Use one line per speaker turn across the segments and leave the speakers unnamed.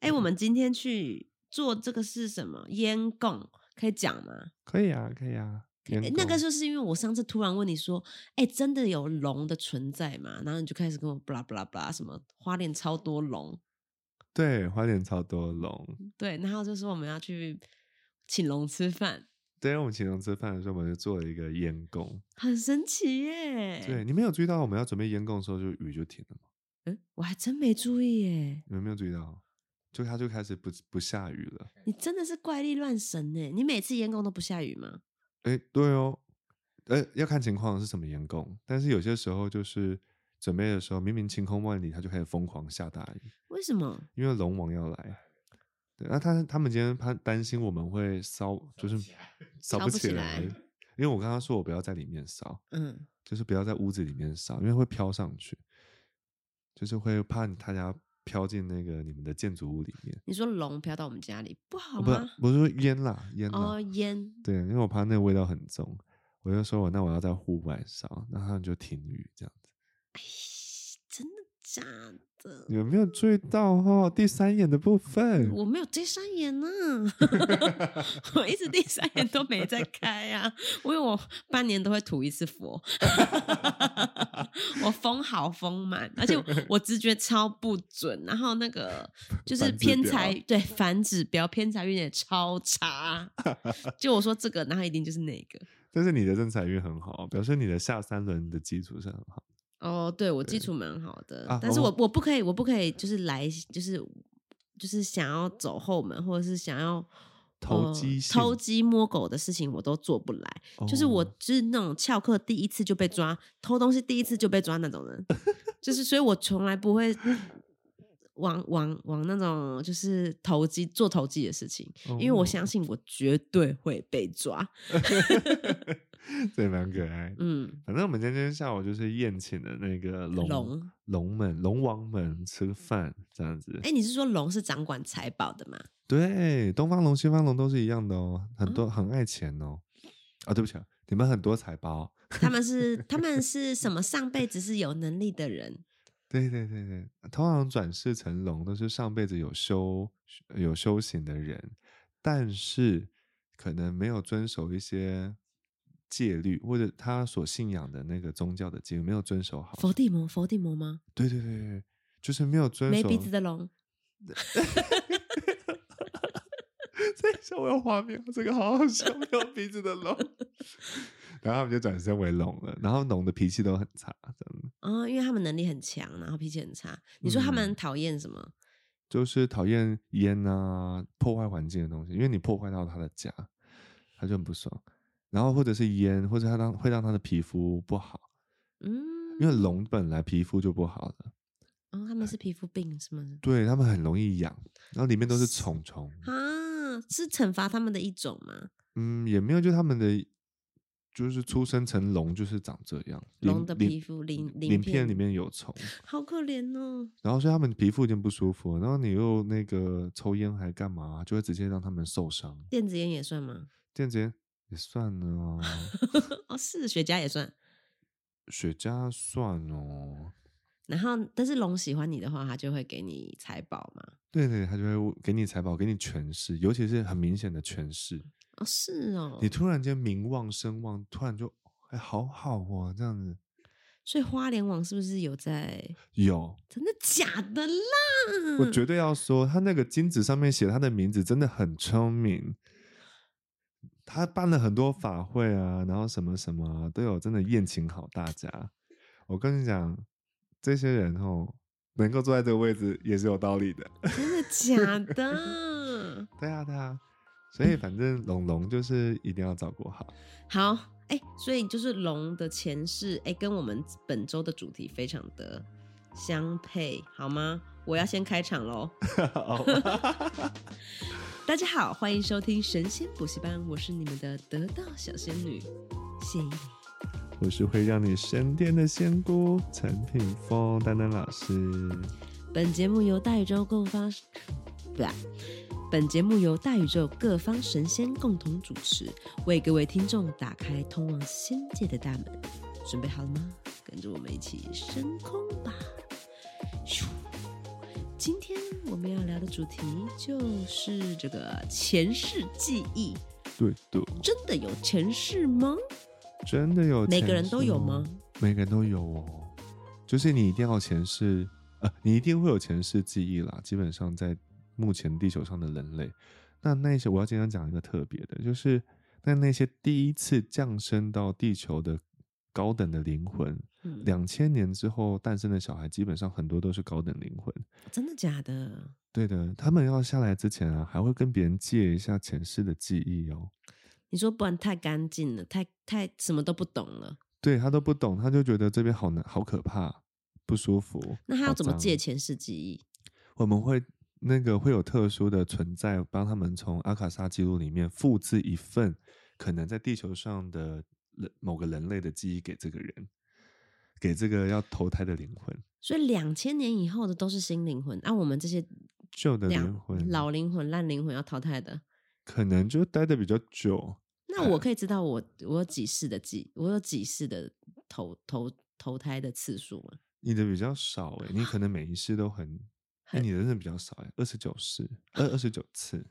哎、我们今天去做这个是什么烟供？可以讲吗？
可以啊，可以啊。
诶
员
那个
工
就是因为我上次突然问你说，哎、真的有龙的存在吗？然后你就开始跟我巴拉巴拉巴拉，什么花莲超多龙，
对花莲超多龙。
对，然后就说我们要去请龙吃饭，
对，我们请龙吃饭的时候，我们就做了一个烟供。
很神奇耶。
对，，你没有注意到我们要准备烟供的时候，就雨就停了吗？
嗯，我还真没注意耶，
你们没有注意到？就它就开始不不下雨了。
你真的是怪力乱神呢。你每次烟供都不下雨吗？
哎，对哦，呃，要看情况是什么烟供，但是有些时候就是准备的时候，明明晴空万里，它就开始疯狂下大雨，
为什么？
因为龙王要来。对，那他他们今天怕担心我们会烧，就是
烧
烧不
不起
起
来
来，因为我跟他说我不要在里面烧，
嗯，
就是不要在屋子里面烧，因为会飘上去，就是会怕大家飘进那个你们的建筑物里面。
你说龙飘到我们家里不好
哦不
吗
是？不是说烟啦，烟啦，
哦，烟
对，因为我怕那个味道很重，我就说我那我要在户外烧，那他们就停雨这样子。
真的假的？
你们没有注意到哈、第三眼的部分，
我没有第三眼 呢、我一直第三眼都没在开啊，因为我半年都会吐一次 佛，我封好丰满，而且我直觉超不准，然后那个就是
反指
偏
标
财对反指标偏财运也超 差，就我说这个，然后一定就是那个。
但是你的正财运很好，表示你的下三轮的基础是很好。
哦，对我基础蛮好的，
啊
但是
我
我我不可以，我不可以，就是来，就是就是想要走后门，或者是想要
投
呃
机性
偷鸡摸狗的事情，我都做不来。就是我
哦
就是那种翘课第一次就被抓，偷东西第一次就被抓那种人，就是所以我从来不会往往往那种就是投机做投机的事情，因为我
哦
相信我绝对会被抓。
这也蛮可爱。
嗯，
反正我们今天下午就是宴请的那个龙
龙
龙们龙王们吃饭这样子。
哎，你是说龙是掌管财宝的吗？
对，东方龙、西方龙都是一样的哦，很
嗯
多、很爱钱哦。啊，对不起啊，你们很多财宝。
他们是他们是什么上辈子是有能力的人，
对对对对，通常转世成龙都是上辈子有修有修行的人，但是可能没有遵守一些戒律，或者他所信仰的那个宗教的戒律没有遵守好。
佛地魔，佛地魔吗？
对对对对，就是没有遵守。
没鼻子 的龙，
这一下我有画面，这个好好笑，没有鼻子的 龙。 然后他们就转身为龙了，然后龙的脾气都很差，真的
哦，因为他们能力很强，然后脾气很差。你说他们
嗯
讨厌什么？
就是讨厌烟啊，破坏环境的东西，因为你破坏到他的家，他就很不爽。然后或者是烟，或者他让会让他的皮肤不好，
嗯，
因为龙本来皮肤就不好了，
哦，他们是皮肤病是 吗？
对他们很容易痒，然后里面都是虫虫，
啊，是惩罚他们的一种吗？
嗯，也没有就他们的就是出生成龙就是长这样，
龙的
鳞
皮肤鳞鳞
鳞片
片
里面有虫，
好可怜哦。
然后所以他们皮肤已经不舒服了，然后你又那个抽烟还干嘛，就会直接让他们受伤。
电子烟也算吗？
电子烟也算了哦，
哦，是雪茄也算。
雪茄算哦，
然后，但是龙喜欢你的话，他就会给你财宝嘛。
对对，他就会给你财宝，给你权势，尤其是很明显的权势。
哦，是哦
你。突然间名望声望，突然就哎，好好哦，这样子
所以花莲王是不是有在？
有，
真的假的啦？嗯
我绝对要说，他那个金子上面写他的名字真的很聪明。他办了很多法会啊，然后什么什么啊、都有，真的宴请好大家。我跟你讲，这些人哦，能够坐在这个位置也是有道理的。
真的假的？
对啊，对啊，所以反正龙龙就是一定要照顾好。
好，哎、所以就是龙的前世，哎、跟我们本周的主题非常的相配，好吗？我要先开场喽。大家好，欢迎收听神仙补习班，我是你们的得道小仙女谢依霖。
我是会让你升天的仙姑陈品峰丹丹老师。
本节目由大宇宙各方，不啊，本节目由大宇宙各方神仙共同主持，为各位听众打开通往仙界的大门。准备好了吗？跟着我们一起升空吧！咻，今天我们要聊的主题就是这个前世记忆，
对的，
真的有前世吗？
真的有。
每个人都有吗？？
每个人都有哦，就是你一定要有前世，呃，你一定会有前世记忆啦。基本上在目前地球上的人类，那那些我要今天讲一个特别的，就是那那些第一次降生到地球的高等的灵魂，
嗯，
两千年之后诞生的小孩，基本上很多都是高等灵魂。
真的假的？
对的，他们要下来之前啊，还会跟别人借一下前世的记忆哦。
你说不然太干净了，太太什么都不懂了，
对他都不懂，他就觉得这边好难、好可怕、不舒服。
那他
好
要怎么
脏
借前世记忆？
我们会那个会有特殊的存在，帮他们从阿卡莎记录里面复制一份可能在地球上的人某个人类的记忆给这个人，给这个要投胎的灵魂，
所以两千年以后的都是新灵魂，按、啊我们这些
旧的灵
两
魂
老灵魂、烂灵魂要淘汰的。
可能就待的比较久。
那 我可以知道我我有几世的记，我有几世的投投投胎的次数吗？
你的比较少哎、你可能每一世 都很，哎
很
你的真的比较少哎、二十九世，二二十九次，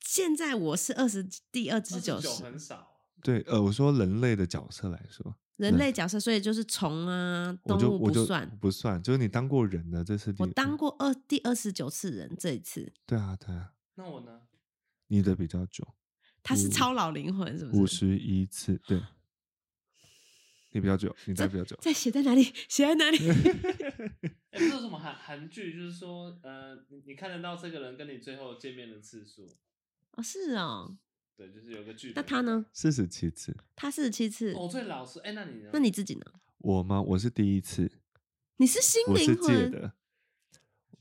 现在我是二十第二十九世
很少。对，呃，我说人类的角色来说，
人类角色，所以就是虫啊、
我
动
就
物
我就
不算。
不算，就是你当过人的，这是
我
第
当过二第二十九次人，这一次
对啊对啊，
那我呢？
你的比较久，
他是
五
超老灵魂，是不是？
五十一次，对，你比较久，你待比较久，
在写在哪里？写在哪 里？
哎、不是有什么韩韩剧，就是说，呃，你你看得到这个人跟你最后见面的次数，
哦，是哦，
对，就是有个剧
那
本。
他呢？
四十七次。
他四十七次，
哦
我、最老实，哎、那你呢？
那你自己呢？
我吗？我是第一次，
你是新
我是
灵
借
魂，
的，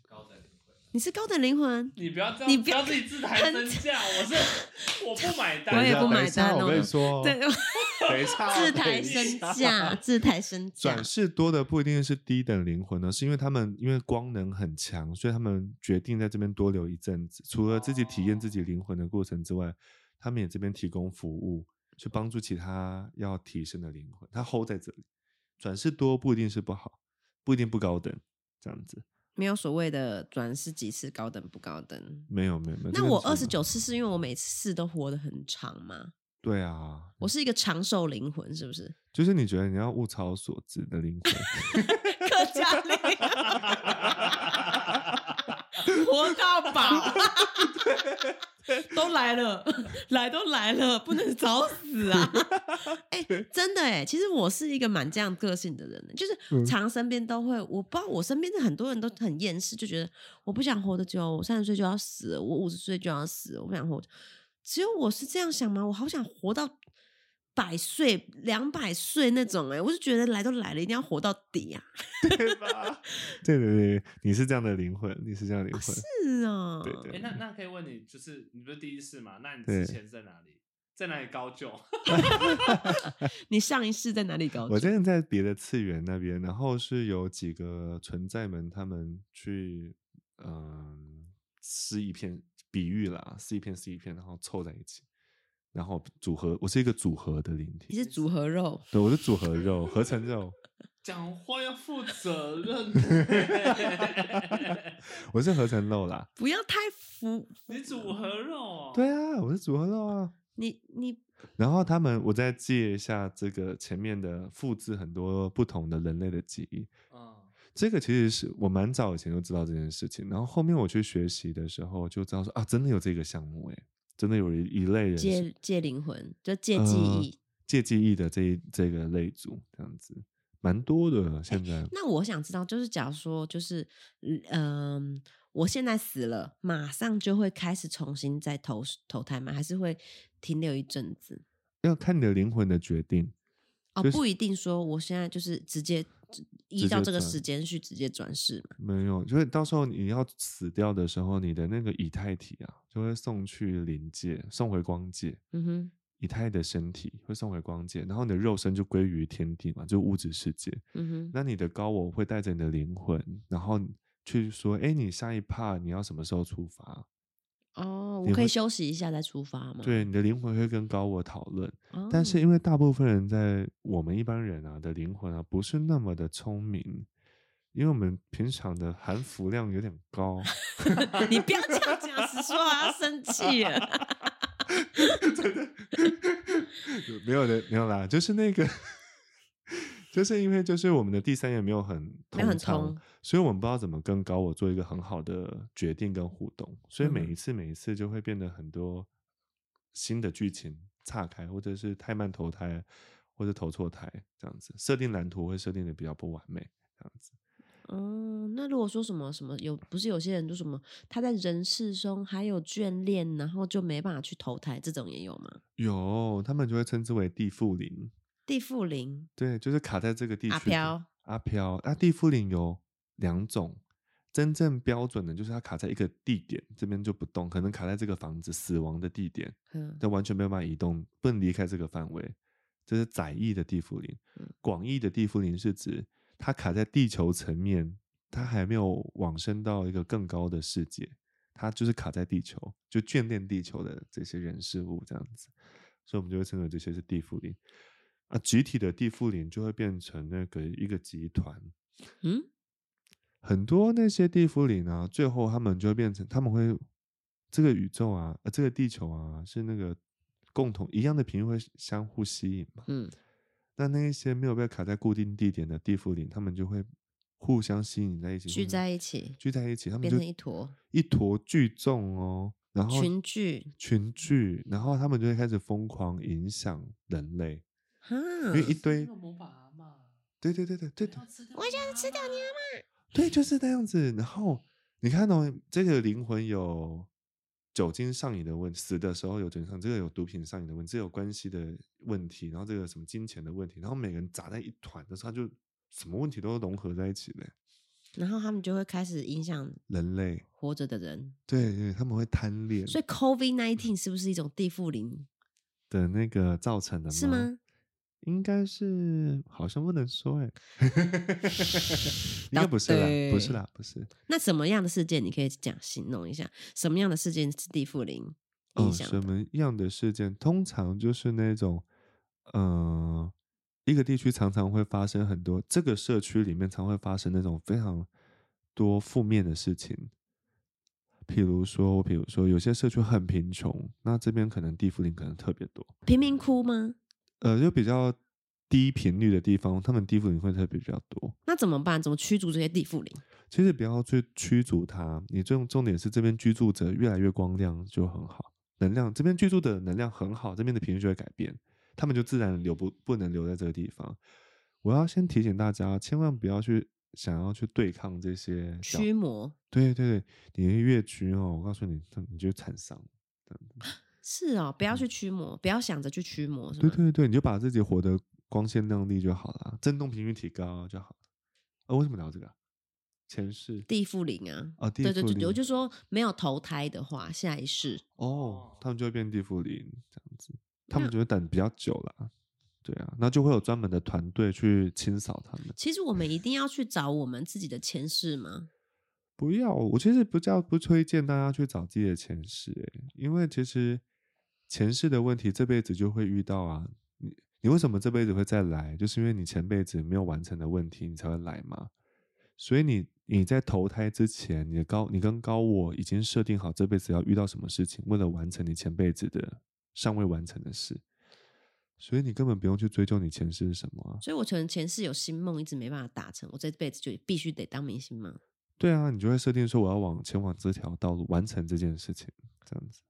高等灵魂，
你是高等灵魂，
你不要这样，
你
不
不要
要自己自抬身价，我 是我不买单，
我也不买
等一下
单
我
哦
跟你说 哦，
对，
等一下，
自
等
抬
一
身
下
价，自抬身价
转。世多的不一定是低等灵魂呢，哦是因为他们因为光能很强，所以他们决定在这边多留一阵子。除了自己体验自己灵魂的过程之外，他们也这边提供服务，去帮助其他要提升的灵魂。他 hold 在这里，转世多不一定是不好，不一定不高等，这样子
没有所谓的转世几次高等不高等。
没有没有没有。这
那
个
我
是
二十九次是因为我每次都活得很长嘛，
对啊，
我是一个长寿灵魂，是不是？
就是你觉得你要物超所值的 灵魂，
客家灵活到饱， 都来了，来都来了，不能早死啊！哎、真的哎、其实我是一个蛮这样个性的人，就是
嗯
常常身边都会，我不知道我身边的很多人都很厌世，就觉得我不想活得久，我三十岁就要死了，我五十岁就要死了，我不想活。只有我是这样想吗？我好想活到百岁、两百岁那种哎、我是觉得来都来了，一定要活到底啊！
对吧？ 对对对，你是这样的灵魂，你是这样的灵魂。
是啊，
对
哎、
对
那那可以问你，就是你不是第一次嘛？那你
对
之前在哪里？在哪里高就？
你上一世在哪里高中？
我之前在别的次元那边，然后是有几个存在们，他们去嗯撕一片比喻啦，撕一片撕一片，然后凑在一起，然后组合。我是一个组合的灵
你
体，
是组合肉，
对，我是组合肉，合成肉，
讲话要负责 任。
我是合成肉啦。
不要太浮。
你组合肉、哦？
对啊，我是组合肉啊。
你你
然后他们，我再借一下这个前面的复制很多不同的人类的记忆，
嗯，
这个其实是我蛮早以前就知道这件事情，然后后面我去学习的时候就知道说啊，真的有这个项目诶，真的有一一类人是
借借灵魂，就借记
呃
忆。
借记忆的这一这个类组这样子，蛮多的。现在、
那我想知道，就是假如说，就是嗯、我现在死了，马上就会开始重新再投投胎吗？还是会停留一阵子？
要看你的灵魂的决定，
哦，
就是
不一定说我现在就是直接依
直
照
接
这个
转
时间去直接转世嘛？
没有，就是到时候你要死掉的时候，你的那个以太体啊，就会送去灵界，送回光界。
嗯哼，
以太的身体会送回光界，然后你的肉身就归于天地嘛，就物质世界。
嗯哼，
那你的高我会带着你的灵魂，然后去说，哎，你下一趴你要什么时候出发？
哦，
你
我可以
会
休息一下再出发吗？，
对，你的灵魂会跟高我讨论。但是
哦、
因为大部分人在我们一般人啊的灵魂啊不是那么的聪明，因为我们平常的含服量有点高，
你不要这样讲，实说他生气了。
没有的，没有啦，就是那个， 就是因为就是我们的第三眼没有很
没有很
畅
通
所以我们不知道怎么跟高我做一个很好的决定跟互动，所以每
嗯
一次每一次就会变得很多新的剧情岔开，或者是太慢投胎，或者投错胎这样子，设定蓝图会设定的比较不完美这样子。
嗯，那如果说什么什么有，不是有些人就什么他在人世中还有眷恋，然后就没办法去投胎，这种也有吗？
有，他们就会称之为地缚灵，
地缚灵
对，就是卡在这个地区
阿
的。
飘
阿飘，那地缚灵有两种，真正标准的就是它卡在一个地点，这边就不动，可能卡在这个房子死亡的地点，
嗯，
但完全没有办法移动，不能离开这个范围，这是窄义的地缚灵
嗯。
广义的地缚灵是指它卡在地球层面，它还没有往升到一个更高的世界，它就是卡在地球，就眷恋地球的这些人事物这样子，所以我们就会称为这些是地缚灵。啊，集体的地缚灵就会变成那个一个集团，
嗯，
很多那些地缚灵啊，最后他们就会变成，他们会这个宇宙啊，呃，这个地球啊，是那个共同一样的频率会相互吸引嘛。
嗯，
那那一些没有被卡在固定地点的地缚灵，他们就会互相吸引在一起，
聚
或者
在一起
聚在一起，他们
变
就
成一坨
一坨聚众哦，然后
群聚
群聚，然后他们就会开始疯狂影响人类，
哈，
因为一堆
那个魔法阿嬷
对对对对对对
我要吃掉，我想吃掉你阿妈。
对，就是那样子。然后你看哦，这个灵魂有酒精上瘾的问，死的时候有酒精上瘾，这个有毒品上瘾的问题，这个有关系的问题，然后这个有什么金钱的问题，然后每个人砸在一团的时候，他就什么问题都融合在一起的。
然后他们就会开始影响
人类，
活着的人。
对对，他们会贪恋
所以 COVID nineteen 是不是一种地缚灵？
的那个造成的
是吗？
应该是，好像不能说 哎、应该不是啦，不是
对
啦，不是。
那什么样的事件你可以讲形容一下？什么样的事件是地缚灵
嗯，
影响
什
的？
么样的事件？通常就是那种，呃，一个地区常常会发生很多，这个社区里面常会发生那种非常多负面的事情。比如说，比如说，有些社区很贫穷，那这边可能地缚灵可能特别多，
贫民窟吗？
呃，就比较低频率的地方，他们地缚灵会特别比较多。
那怎么办？怎么驱逐这些地缚灵？
其实不要去驱逐它，你重重点是这边居住者越来越光亮就很好，能量这边居住的能量很好，这边的频率就会改变，他们就自然留不不能留在这个地方。我要先提醒大家，千万不要去想要去对抗这些小
驱魔
对对对，你越驱哦，我告诉你，你就惨伤。
是哦，不要去驱魔，不要想着去驱魔，是
对
吗？
嗯对对，你就把自己活得光鲜亮丽就好了，振动频率提高就好了。啊、为什么聊这个啊？前世
地缚灵啊，
啊，地
对对
缚
对，我
灵
就说没有投胎的话，下一世
哦
哦，
他们就会变地缚灵这样子，他们
那
就会等比较久啦。对啊，那就会有专门的团队去清扫他们。
其实我们一定要去找我们自己的前世吗？
不要，我其实不叫不推荐大家去找自己的前世、欸，因为其实前世的问题这辈子就会遇到啊。你你为什么这辈子会再来？就是因为你前辈子没有完成的问题，你才会来嘛。所以你你在投胎之前，你的高你跟高我已经设定好这辈子要遇到什么事情，为了完成你前辈子的尚未完成的事，所以你根本不用去追究你前世是什么啊。
所以我可能前世有新梦，一直没办法达成，我这辈子就必须得当明星吗？
对啊，你就会设定说我要往前往这条道路完成这件事情，这样子。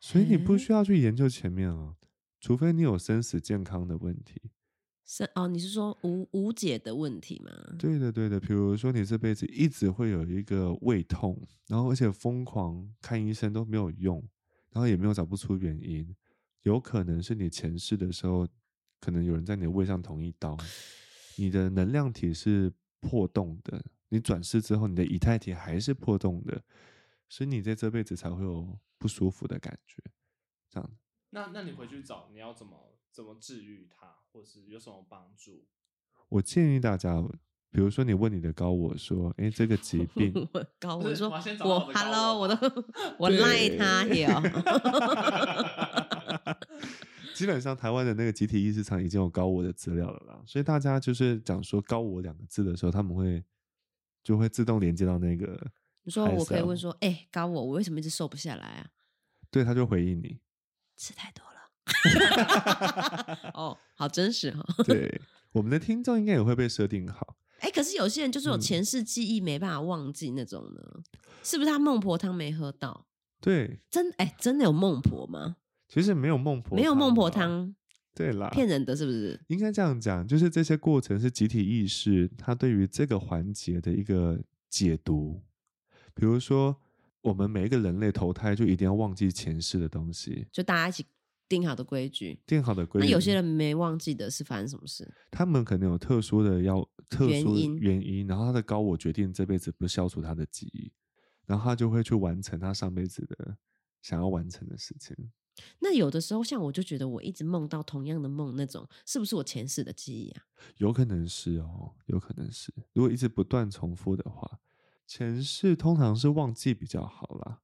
所以你不
诶
需要去研究前面啊，除非你有生死健康的问题。
是哦，你是说无无解的问题吗？
对的，对的。比如说你这辈子一直会有一个胃痛，然后而且疯狂看医生都没有用，然后也没有找不出原因，有可能是你前世的时候，可能有人在你的胃上捅一刀，你的能量体是破洞的，你转世之后你的以太体还是破洞的，所以你在这辈子才会有不舒服的感觉。这样，
那那
嗯
你回去找，你要怎么怎么治愈它，或是有什么帮助？
我建议大家，比如说你问你的高我说：“诶，这个疾病
我高，
不
我
是
说
我要先找
我
到我的高
hello，
我
我都 我
对
赖他
基本上台湾的那个集体意识场已经有高我的资料了啦，所以大家就是讲说高我两个字的时候，他们会就会自动连接到那个，
你说我可以问
说，
说，哎、搞我，我为什么一直瘦不下来啊？
对，他就回应你。
吃太多了。 哦，好真实哈、哦。
对，我们的听众应该也会被设定好。
哎，可是有些人就是有
嗯
前世记忆没办法忘记那种呢，是不是他孟婆汤没喝到？
对，
真哎，真的有孟婆吗？
其实没有孟婆，啊
没有孟婆，汤，
对啦，
骗人的是不是？
应该这样讲，就是这些过程是集体意识，它对于这个环节的一个解读。比如说，我们每一个人类投胎就一定要忘记前世的东西，
就大家一起定好的规矩。
定好的规
那
矩。
有些人没忘记的是发生什么事？
他们可能有特殊的要特
原
殊
因
原因，然后他的高我决定这辈子不消除他的记忆，然后他就会去完成他上辈子的想要完成的事情。
那有的时候，像我就觉得我一直梦到同样的梦，那种是不是我前世的记忆啊？
有可能是哦，有可能是。如果一直不断重复的话，前世通常是忘记比较好啦，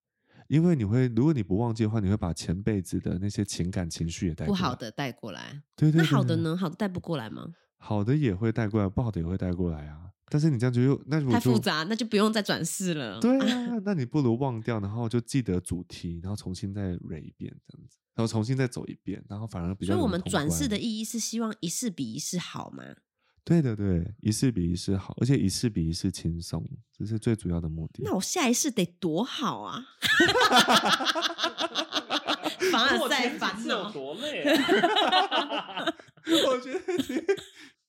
因为你会，如果你不忘记的话，你会把前辈子的那些情感情绪也带
不
过来
好，的带过来，
对对
那
对
好的
对
呢？好的带不过来吗？
好的也会带过来，不好的也会带过来啊。但是你这样就又那如果
太
就
复，杂，那就不用再转世了。
对啊，那你不如忘掉，然后就记得主题，然后重新再蕊一遍这样子，然后重新再走一遍，然后反而比较
所以，我
容
们
易通
转世
关
的意义是希望一世比一世好嘛？
对的对，一世比一世好，而且一世比一世轻松，这是最主要的目的。
那我下一世得多好啊！凡 尔
我
赛
前几
烦
次有
恼，
多 累啊！
我觉得你，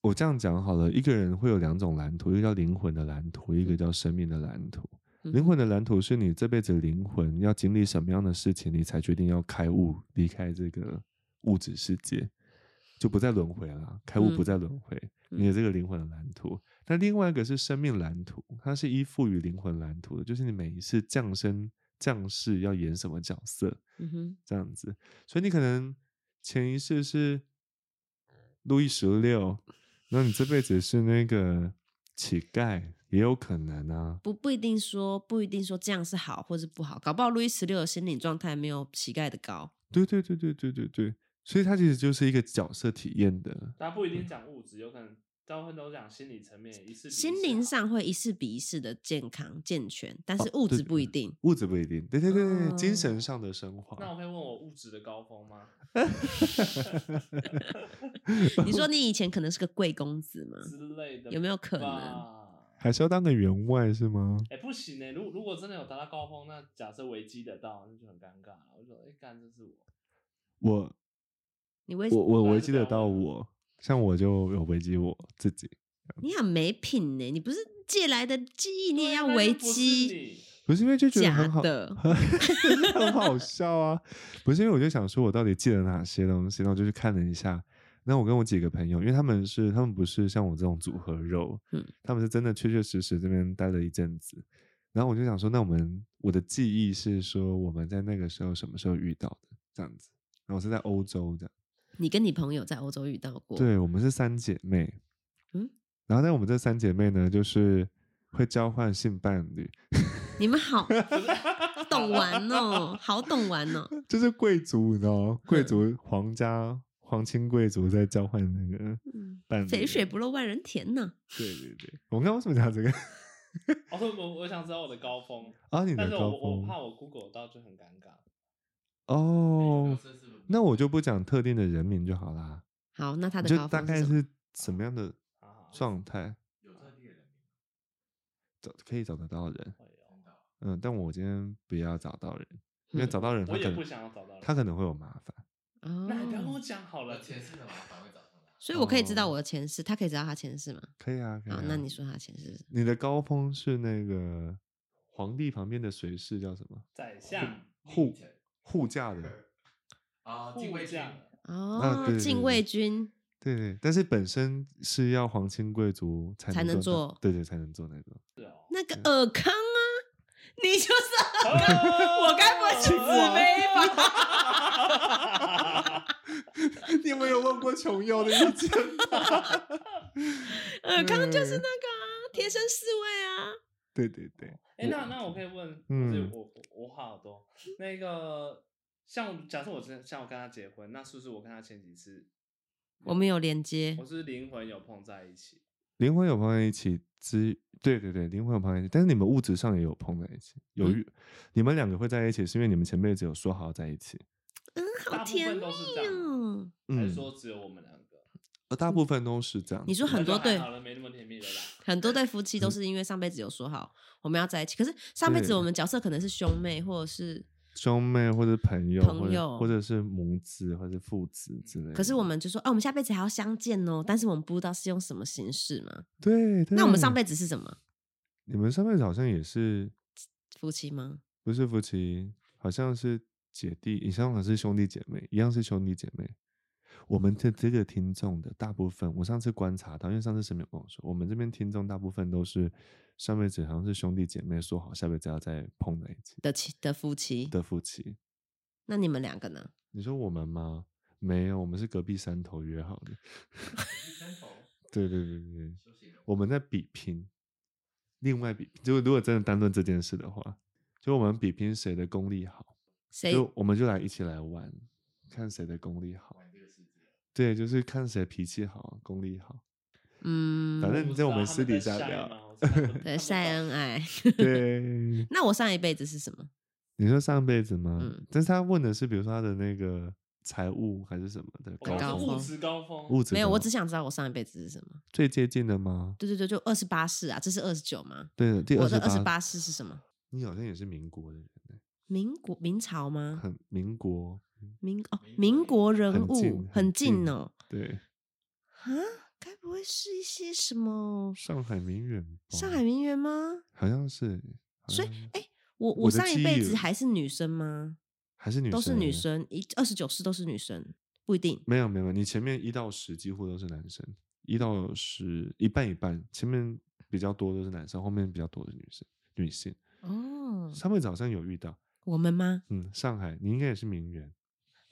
我这样讲好了，一个人会有两种蓝图，一个叫灵魂的蓝图，一个叫生命的蓝图。
嗯
灵魂的蓝图是你这辈子灵魂要经历什么样的事情，你才决定要开悟，离开这个物质世界，就不再轮回啦。开悟
嗯
不再轮回，
嗯
你的这个灵魂的蓝图。那另外一个是生命蓝图，它是依附于灵魂蓝图的，就是你每一次降生降世要演什么角色，
嗯哼，
这样子，所以你可能前一世是路易十六，然后你这辈子是那个乞丐，也有可能啊。
不不一定说，不一定说这样是好或是不好，搞不好路易十六的心理状态没有乞丐的高。
对对对对对对对，所以它其实就是一个角色体验的。
大家不一定讲物质，有可能大部分都讲心理层面，一次比一次
心灵
好
上会一世比一世的健康健全，但
哦
是物
对
质
对
不一 定。
物质不一定，对对对对，对精神
哦
上的升
那我
华。
会问我物质的高峰吗？
嗯你说你以前可能是个贵公子吗？
之类的，
有没有可能
能？
还是要当个员外是吗？
哎、不行呢、如如果真的有达到高峰，那假设危机得到，那就很尴尬了。我就说，哎、干，这是我。
我
你为
我我
本来
危
就
机
这
得
样
到
问啊
我，像我就有危机我自己，
你很没品呢、你不是借来的记忆，你也要
对啊
维。
那就不是
基？
你
不是因为就觉得
假
很好，
的
很好 笑啊！不是因为我就想说，我到底记得哪些东西，然后我就去看了一下。那我跟我几个朋友，因为他们是他们不是像我这种组合肉，
嗯
他们是真的确确实实这边待了一阵子。然后我就想说，那我们我的记忆是说我们在那个时候什么时候遇到的这样子。然后我是在欧洲这样，
你跟你朋友在欧洲遇到过？
对我们是三姐妹，
哦嗯
然后但我们这三姐妹呢，就是会交换性伴侣，
你们好懂玩哦，好懂玩哦。
就是贵族，你知道吗？
嗯
贵族皇家皇亲贵族在交换那个
嗯
伴侣，
肥水不落外人田呢、
对对对，我们刚刚为什么讲这个
哦，我我想知道我的高峰，
啊？你
但
的
是我
高
我我怕
峰
我 Google 到就很尴尬。
哦，
这是
那我就不讲特定的人名就好啦，
好，那他的
就
高
大
峰
概
是什么？
是什么样的
啊
状态
有特定的人
找可以找得到人？
会哦
嗯，但我今天不要找到人，因为
嗯
找到人他
我也
可
不
能
想要找到人
他可能会有麻烦。
那你不要跟我
哦，
讲好了，
前世的麻烦会找上来。
所以我可以知道
哦
我的前世，他可以知道他前世吗？
可以啊，可以、
好
啊。，
那你说他前世是什么？
你的高峰是那个皇帝旁边的随侍叫什么？
宰相
护护驾 的。
啊，
护
禁卫军
驾，
哦，
啊对对
禁
对
卫军
对对，但是本身是要皇亲贵族才
才能
能到
做
对对，才能做那种。
是哦。
那个尔康啊，你就是
我
该不会
哦
是紫薇吧？
你有没有问过琼瑶的意见？
尔康就是那
嗯
个啊，贴身侍卫啊。
对对对，
哎、那那我可以问，就是
嗯
我我我话好多，那个像假设我真的像我跟他结婚，那是不是我跟他前几次
我们有连接
我，是灵魂有碰在一起？
灵魂有碰在一起之，对对对，灵魂有碰在一起，但是你们物质上也有碰在一起，有
嗯
遇、你们两个会在一起，是因为你们前辈子有说好要在一起，
嗯，
大
好
部
甜
分
蜜
都是这样，
哦。
还是
嗯，
说只有我们两个？
呃大部分都是这样子。
嗯你说很多
那就还
对
好了，没那么甜蜜了啦。
很多对夫妻都是因为上辈子有说好我们要在一起，可是上辈子
嗯对
我们角色可能是兄妹或者是，
兄妹或者朋友，
朋
或者
友
或者是母子或者是父子之类的。
可是我们就说，哦、我们下辈子还要相见哦，但是我们不知道是用什么形式嘛。
对，
那我们上
对
辈子是什么？
你们上辈子好像也是
夫妻吗？
不是夫妻，好像是姐弟，以上好像是兄弟姐妹，一样是兄弟姐妹。我们的这个听众的大部分，我上次观察到，因为上次沈淼跟我说，我们这边听众大部分都是上辈子好像是兄弟姐妹，说好下辈子要再碰在一起
的妻的夫妻？
的夫妻。
那你们两个呢？
你说我们吗？没有，我们是隔壁山头约好的。
三头
对对对对对，
休息了。
我们在比拼，另外比拼，就如果真的单论这件事的话，就我们比拼谁的功力好。
谁？
就我们就来一起来玩，看谁的功力好。
玩这个世界，
对，就是看谁脾气好，功 力好。
嗯，
反正
不
这
知
我
道
们
他
私底
在
下
晒
聊
吗 我真的不
对晒恩。爱。
对，
那我上一辈子是什么？
你说上辈子吗？
嗯
但是他问的是，比如说他的那个财务还是什么的
我
高
高
峰
是
峰
物质高峰，
物质
没有，
高
我只想知道我上一辈子是什么。
最接近的吗？
对对对，就二十八世啊，这是二十九吗？
对的，第
我
二
的二十
十
八世是什么？
你好像也是民国的人欸，
民国明朝吗？
很民国，
民哦，民
民
国
国
人
很
物
近
很
很
近
近
哦。
对，
啊，该不会是一些什么
上海名媛，
上海名媛吗？
好像是，好
所以
像是，
哎，我
我
我
的
上一
记
辈
忆
子
了
还是女生吗？
还是女
都是女
欸。
生，一二十九世都是女生，不一定。
没有没有，你前面一到十几乎都是男生，一到十一半一半，前面比较多都是男生，后面比较多的女生女性。
哦，
上辈子好像有遇到，
我们吗？
嗯，上海你应该也是名媛，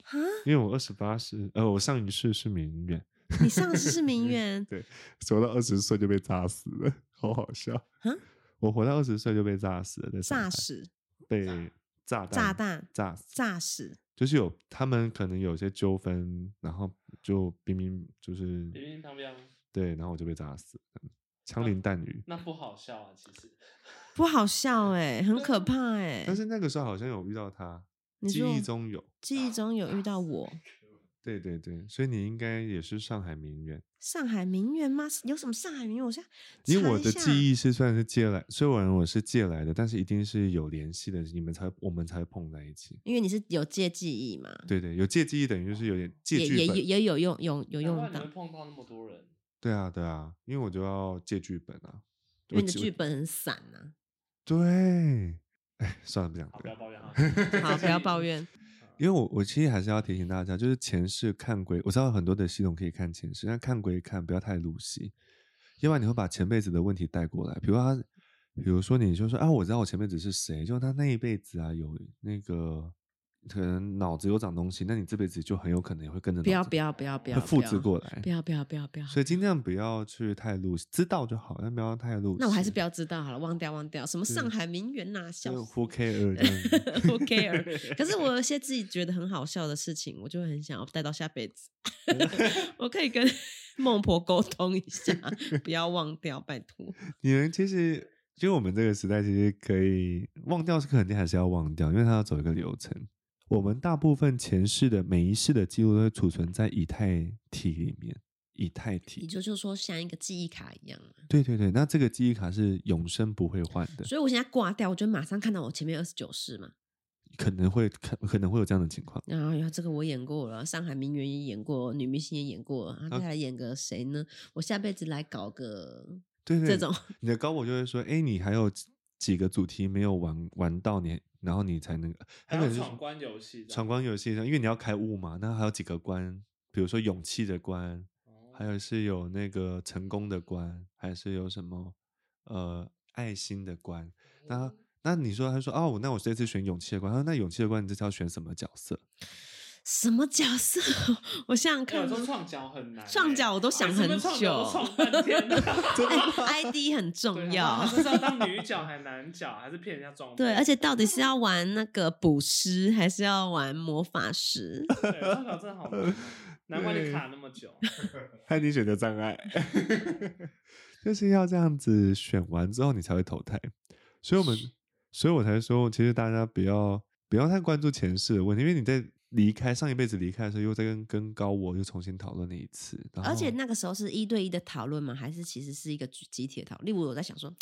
啊，
因为我二十八是呃，我上一世是名媛，
你上次是 名媛，
活到二十岁就被炸死了， 好好笑
啊！
我活到二十岁就被炸死了，在上
炸
海
死，
被炸弹
炸弹，
炸死，
炸死，
就是有他们可能有些纠纷，然后就明明就是
平平常常，
对，然后我就被炸死了，
哦
枪林弹雨。
那不好笑啊，其实。
不好 笑哎、很可怕哎、
但是那个时候好像有遇到他，
你
记
说
忆中有。
记忆中有遇到我，
对对对，所以你应该也是上海名媛，
上海名媛吗？有什么上海名媛？我现在
因为
查
我
一
的
下
记忆是算是借来，虽然我是借来的，但是一定是有联系的，你们才我们才碰在一起。
因为你是有借记忆嘛，
对对，有借记忆等于就是有点借
嗯哦也也
剧
也
本。
也有用，有有
难
用
怪你
到
会，碰到那么多人，
对啊对啊，因为我就要借剧本啊。
因
我
为你的
记
剧本很散啊 呐、。
对，哎，算了，不讲
好，
这个
不要。抱怨 啊
好，不要抱。怨。
因为我我其实还是要提醒大家，就是前世看归，我知道很多的系统可以看前世，但看归看不要太入戏，要不然你会把前辈子的问题带过来。比如他，比如说你就说啊，我知道我前辈子是谁，就他那一辈子啊有那个可能脑子有长东西，那你这辈子就很有可能也会跟着
不要
脑子
不要不要不要
会复
不
制
要
过来
不。要不要不要不要。
所以尽量不要去太入戏，知道就好，但不要太入戏。
那我还是不要知道好了，忘掉忘掉。什么上海名媛呐、笑
就
死
who care 这样子
Who care？可是我有一些自己觉得很好笑的事情，我就会很想要带到下辈 子。我可以跟 孟婆沟通一下，不要忘掉，拜 托。
你们其实，就我们这个时代，其实可以忘掉是肯定还是要忘掉，因为它要走一个流程。我们大部分前世的每一世的记录都会储存在以太体里面，以太
你
体。
就就说像一个记忆卡一样啊，
对对对，那这个记忆卡是永生不会换的，
所以我现在挂掉，我就马上看到我前面二十九世嘛。
可能会可可能会有这样的情况。
然后，然后这个我演过了，上海名媛也演过，女明星也演过，然
啊
后再来演个谁呢？我下辈子来搞个
对对，
这种，
你的高我就会说，哎，你还有几几个主题没有玩玩到你，然后你才能，他
还
可
有
能就
闯关游戏这样，
闯关游戏上，因为你要开悟嘛，那还有几个关，比如说勇气的关，
哦，
还有是有那个成功的关，还是有什么呃爱心的关？
嗯
那那你说，他说哦，那我这次选勇气的关。他说那勇气的关，你这次要选什么角 色？
什么角色？ 我想想
哎
看
有时，候创角很难欸，
创角我都想
每次
很
被创
久
角都创半天 啊
真的吗
哎 ID 很重要。
是要当女角还男角，还是骗人家装
对，
扮
而且到底是要玩那个捕师，还是要玩魔法师？
对创角真的
啊
好难哦，难怪你卡那么久。
看你选择障碍。就是要这样子选完之后你才会投胎，所以我们，所以我才说，其实大家不要不要太关注前世的问题，因为你在离开上一辈子离开的时候，又再跟跟高我又重新讨论了一次，然后
而且那个时候是一对一的讨论吗？还是其实是一个集集体的讨论？例如我在想说，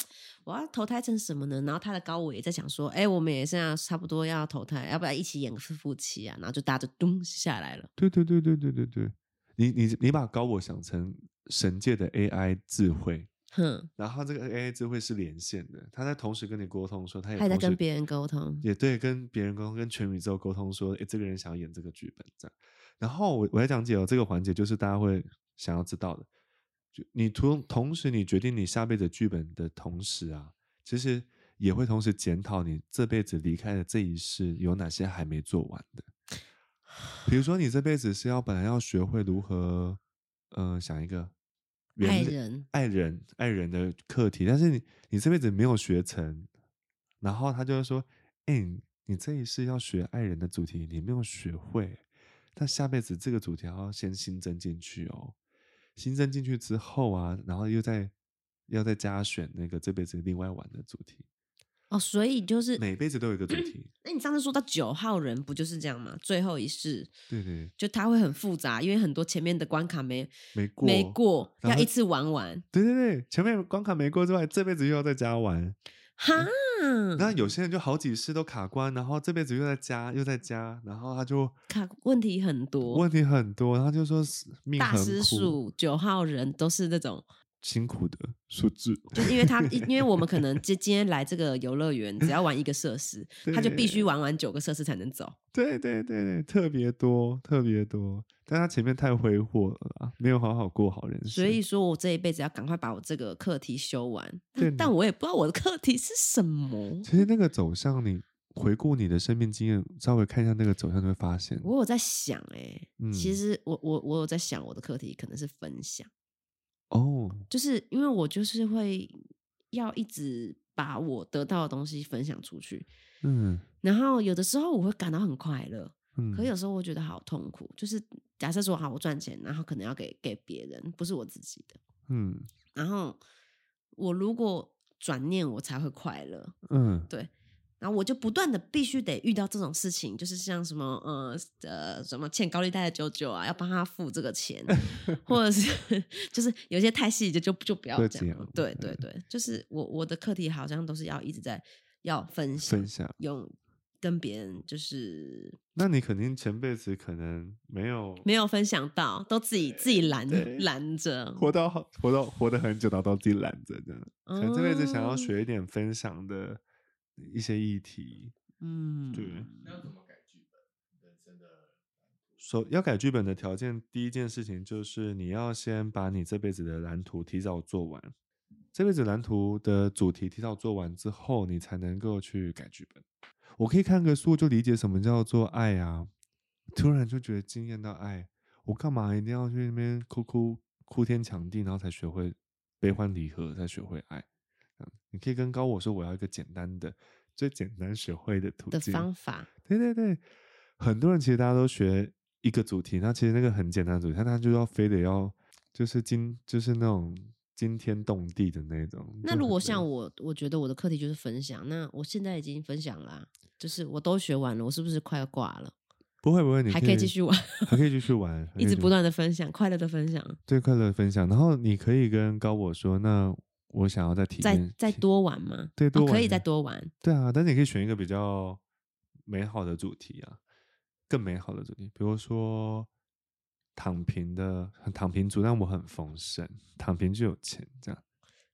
我要投胎成什么呢？然后他的高我也在想说，哎、我们也现在差不多要投胎，要不要一起演个夫妻啊？然后就大家就咚下来了。
对对对对对对对，你你你把高我想成神界的 AI 智慧，
哼，
然后这个 AI 智慧是连线的，它在同时跟你沟通说，它也
他也在
同时
跟别人沟通
也对，跟别人沟通，跟全宇宙沟通说，诶，这个人想要演这个剧本这样。然后我我来讲解哦，这个环节就是大家会想要知道的，就你同同时你决定你下辈子剧本的同时啊，其实也会同时检讨你这辈子离开的这一世有哪些还没做完的。比如说，你这辈子是要本来要学会如何，呃，想一个原
爱
谅
人，
爱人爱人的课题，但是你你这辈子没有学成，然后他就会说，哎、你你这一世要学爱人的主题，你没有学会，但下辈子这个主题还要先新增进去哦，新增进去之后啊，然后又再要再加选那个这辈子另外玩的主题，
哦，所以就是，嗯
每辈子都有一个主题，
那你上次说到九号人不就是这样吗？最后一世
对对，
就他会很复杂，因为很多前面的关卡没
没过
没，过，
然
要
后
一次玩完。
对对对，前面关卡没过之外，这辈子又要再加玩，
哈，
嗯
嗯
那有些人就好几世都卡关，然后这辈子又在加又在加，然后他就
卡问题很多，
问题很多，他就说是命
大
很
师
苦，
数九号人都是那种，
辛苦的数字，
就是因为他，因为我们可能今今天来这个游乐园，只要玩一个设施，他就必须玩完九个设施才能走。
对对对对，特别多特别多，但他前面太挥霍了啦，没有好好过好人生，
所以说我这一辈子要赶快把我这个课题修完，
对
但但我也不知道我的课题是什么。
其实那个走向你。回顾你的生命经验，稍微看一下那个走向，就会发现，
我有在想、欸，
嗯
其实我我我有在想我的课题可能是分享，
哦，
就是因为我就是会要一直把我得到的东西分享出去，
嗯
然后有的时候我会感到很快乐，
嗯，
可有时候我觉得好痛苦。就是假设说好我赚钱，然后可能要给给别人，不是我自己的。
嗯
然后我如果转念，我才会快乐。
嗯
然后我就不断的必须得遇到这种事情，就是像什么呃呃什么欠高利贷的舅舅啊，要帮他付这个钱，或者是就是有些太细节就就不要
不
讲了
讲。
对对对，就是我我的课题好像都是要一直在要分享
分享。
用跟别人就是
那你肯定前辈子可能没有
没有分享到，都自己自己拦
对
拦着。
活到好，活到活得很久，然后都自己懒着这样。可能这辈子想要
哦
学一点分享的一些议题，
嗯，
对，
那要怎么改剧本？人生的
首要改剧本的条件，第一件事情就是你要先把你这辈子的蓝图提早做完，这辈子蓝图的主题提早做完之后，你才能够去改剧本。我可以看个书就理解什么叫做爱啊，突然就觉得惊艳到爱，我干嘛一定要去那边哭哭哭天抢地，然后才学会悲欢离合，才学会爱？嗯你可以跟高我说，我要一个简单的、最简单学会的途
的
径。
方法，
对对对，很多人其实大家都学一个主题，那其实那个很简单的主题，但他就要非得要就是惊，就是那种惊天动地的那种。
那
就
如
很
果
累
像我，我觉得我的课题就是分享。那我现在已经分享啦、啊就是我都学完了，我是不是快要挂
哎
了？
不会不会，你
还
可
可以继续玩，
还可以继 续玩，还
一
可以
直
继
不
续
断的分享，快乐的分享，
对快乐分享，然后你可以跟高我说，那我想要再体
再
验
再
体
多玩吗？
对
哦
多
可
玩
以再
一下
多玩。
对啊，但是你可以选一个比较美好的主题啊，更美好的主题，比如说躺平的躺平族，但我很丰盛，躺平就有钱这样。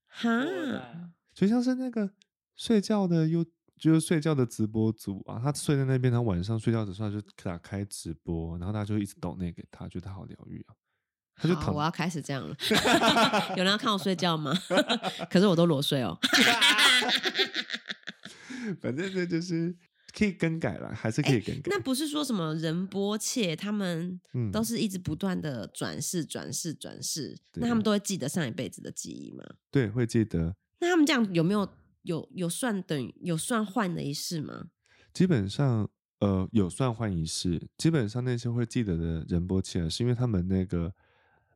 哈，
啊
就像是那个睡觉的优，就是睡觉的直播主啊，他睡在那边，他晚上睡觉的时候他就打开直播，然后大家就一直
嗯
抖那给他，觉得他好疗愈啊。他就
好，
躺
我要开始这样 了。有人要看我睡觉吗？ 可是我都裸睡哦。
反正这就是可以更改了，还是可以更改。
那不是说什么仁波切他们
嗯
都是一直不断的转世、转世、转世，那他
对
们都会记得上一辈子的记忆吗？
对，会记得。
那他们这样有没有有有算等于有算换的一世吗？
基本上，呃，有算换仪式，基本上那些会记得的仁波切尔，是因为他们那个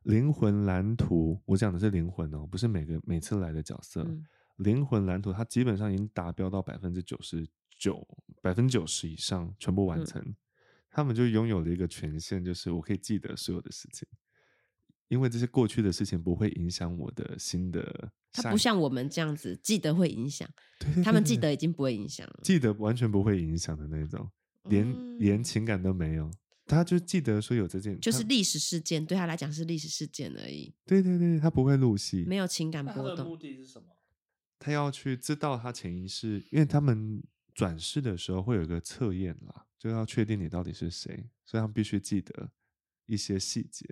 灵魂蓝图，我讲的是灵魂哦，不是每个每次来的角色。
嗯
灵魂蓝图它基本上已经达标到百分之九十九、百分之九十以上全部完
嗯
成，他们就拥有了一个权限，就是我可以记得所有的事情，因为这些过去的事情不会影响我的 新的下一。嗯
他不像我们这样子记得会影响，
对对
他们
对
记
对
得已经不会影响了。
记得完全不会影响的那种，连、
嗯
连情感都没有，他就记得说有这件，
嗯就是
他
历史事件，对他来讲是历史事件而已，
对对对，他不会入戏，
没有情感
那他
波
的目
动。
的是什么？
他要去知道他潜意识，因为
嗯
他们转世的时候会有一个测验啦，就要确定你到底是谁，所以他们必须记得一些细节。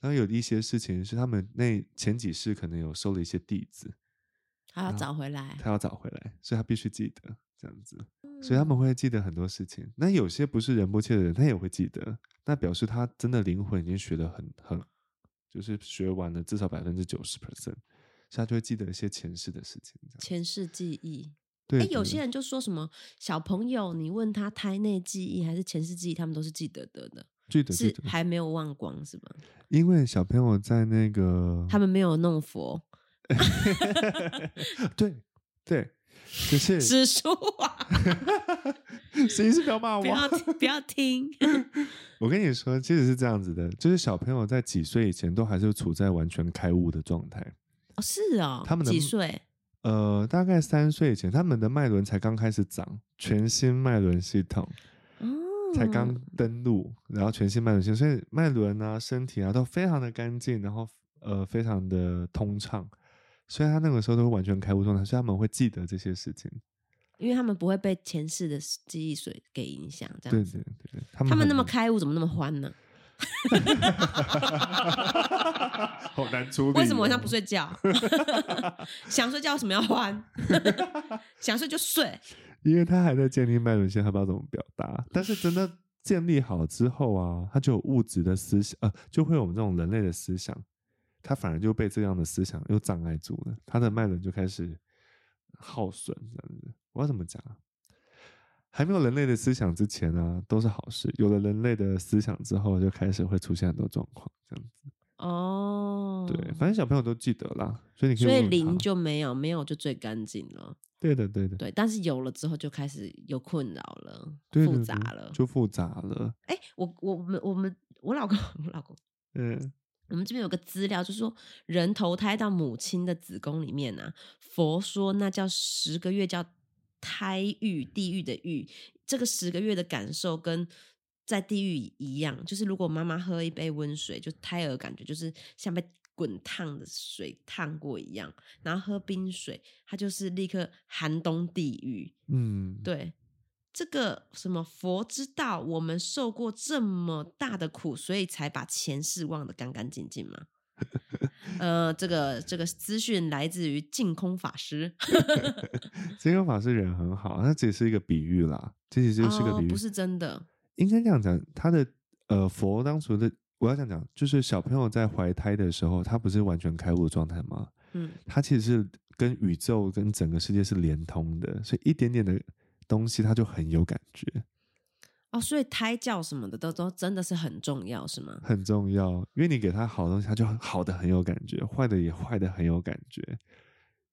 然后有一些事情是他们那前几世可能有收了一些弟子，
他要找回来，
啊他要找回来，所以他必须记得这样子。所
嗯
以他们会记得很多事情。那有些不是仁波切的人，他也会记得，那表示他真的灵魂已经学得很很，就是学完了至少百分之九十 percent，所以他就会记得一些前世的事情。这样
前世记忆。
对，
哎，有
对
些人就说什么小朋友，你问他胎内记忆还是前世记忆，他们都是记得的的，
记得记
是
得，
还没有忘光是吧？
因为小朋友在那个
他们没有弄佛，
对对，可是
史书啊，
谁是不要骂我
不？要 听不要听，
我跟你说，其实是这样子的，就是小朋友在几岁以前都还是处在完全开悟的状态。
哦是哦，
他们的
几岁？
呃，大概三岁以前，他们的脉轮才刚开始长，全新脉轮系统
哦，
才刚登陆，然后全新脉轮系统，所以脉轮啊、身体啊都非常的干净，然后呃非常的通畅，所以他那个时候都会完全开悟状态，所以他们会记得这些事情。
因为他们不会被前世的记忆水给影响，这
对
样
对
子。
对对，他们
他们
很
那么
能
开悟，怎么那么欢呢？
好难处理、哦
为什么晚上不？睡 觉？想睡觉为什么要欢？想睡就睡。
因为他还在建立脉轮线，他不知道怎么表达。但是真的建立好之后啊，他就有物质的思想，呃，就会有我们这种人类的思想，他反而就被这样的思想又障碍住了，他的脉轮就开始耗损这样子。我要怎么讲啊？还没有人类的思想之前啊，都是好事。有了人类的思想之后，就开始会出现很多状况，这样子。
哦，
对，反正小朋友都记得啦，所以你可以
所以
问问他
零就没有，没有就最干净了。
对的，对的，
对，但是有了之后就开始有困扰了，
对
复
对
杂
对
了。
就复杂了。
哎、我我们我们我老公 我老公，
嗯，
我们这边有个资料，就是说人投胎到母亲的子宫里面啊，佛说那叫十个月叫胎狱，地狱的狱。这个十个月的感受跟在地狱一样，就是如果妈妈喝一杯温水，就胎儿感觉就是像被滚烫的水烫过一样，然后喝冰水，它就是立刻寒冬地狱。
嗯，
对，这个什么佛知道我们受过这么大的苦，所以才把前世忘得干干净净嘛。 呃，这个这个资讯来自于净空法师，
金刚法师人很好，他只是一个比喻啦，这其实就是个
哦
比喻，
不是真的。
应该这样讲，他的呃佛当初的，我要这样讲，就是小朋友在怀胎的时候，他不是完全开悟的状态吗？
嗯，
他其实是跟宇宙跟整个世界是连通的，所以一点点的东西他就很有感觉，
哦，所以胎教什么的都都真的是很重要，是吗？
很重要。因为你给他好的东西，他就好的很有感觉，坏的也坏的很有感觉。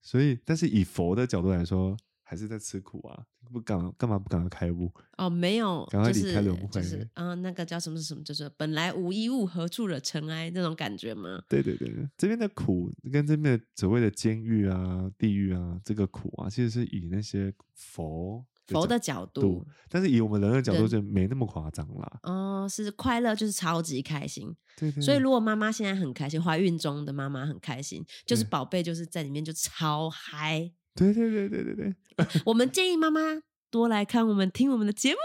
所以，但是以佛的角度来说，还是在吃苦啊，不干嘛干嘛不赶快开悟？
哦，没有，
赶快
就
离开
是
轮
就
回
是啊、那个叫什么什么，就是本来无一物，何处惹尘埃那种感觉吗？
对对对，这边的苦跟这边的所谓的监狱啊、地狱啊，这个苦啊，其实是以那些佛
佛的角
角
度
度，但是以我们人的角度
人
就没那么夸张啦。
哦，是快乐就是超级开心，
对对，
所以，
对
如果妈妈现在很开心，怀孕中的妈妈很开心，就是
对
宝贝就是在里面就超嗨。
对对对对对对，
我们建议妈妈多来看我们听我们的节目，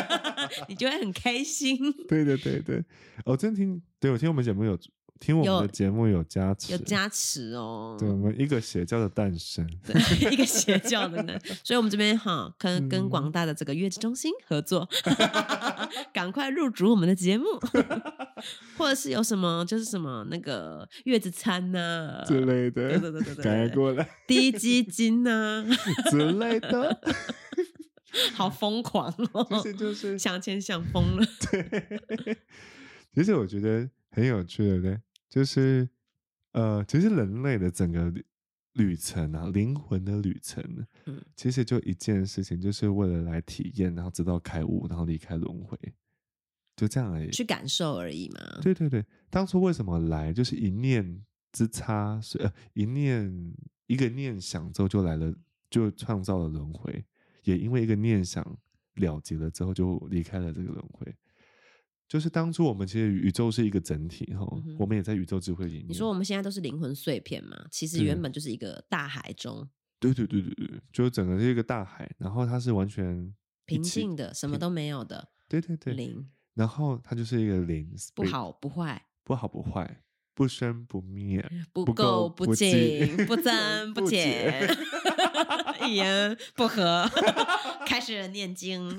你就会很开心。
对对对对，哦，真听，对我听我们节目有听我
有
们的节目有加持，
有加持哦，
对我们一个邪教的诞生，
对 一个邪教的呢，所以我们这边哈跟跟
嗯
广大的这个月子中心合作， 赶快入主我们的节 目，或者是有什么就是什么那个月子餐呐、
之类
呃对对
的，
对对对，
赶快过 来
低基金呐、
之类的，
好疯狂哦！
其实就是
想钱想疯了。
其实我觉得很有趣的，对不对，就是呃，其实人类的整个旅旅程啊，灵魂的旅程，啊
嗯
其实就一件事情，就是为了来体验，然后直到开悟，然后离开轮回，就这样而已。
去感受而已嘛。
对对对，当初为什么来，就是一念之差，是呃一念一个念想之后就来了，就创造了轮回，也因为一个念想了结了之后就离开了这个轮回。就是当初我们其实宇宙是一个整体哈，
嗯哼
我们也在宇宙智慧里面。
你说我们现在都是灵魂碎片嘛？其实
对
原本就是一个大海中
对对对对对，就是整个是一个大海，然后它是完全一
平
起，
静的，什么都没有的
对对对，
灵，
然后它就是一个零，
不好不坏，
不好不坏，不生不灭，
不
不
够
够
不
不
进
进，
不增不
不
减
减，
一言不合 开始念 经。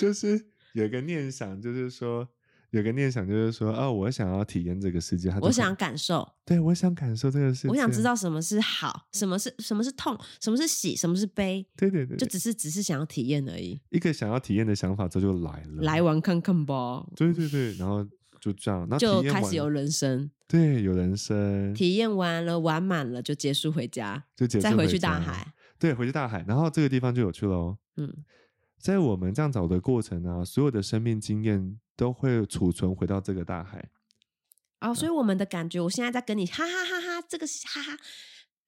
就是有一个念想，就是说有个念想，就是说啊，我想要体验这个世界，它就
我
很
想感 受，
对我想感受这个世界，
我想知，道什么是好，什么是什么是痛，什么是喜，什么是悲，
对对对，
就
对
只是只是想要体验而已，
一个想要体验的想法，这就来了，
来，玩看看吧。
对对对，然后就这样，那
就
体验
开
完
始有
了
人生，
对有人生，
体验完了，玩满了就结束回家，
就结束
再回去
家
大海，。
对，回去大海，然后这个地方就有趣喽。
嗯，
在我们这样找的过程啊，所有的生命经验都会储存回到这个大海。
哦，所以我们的感觉，我现在在跟你哈哈哈哈，这个是哈哈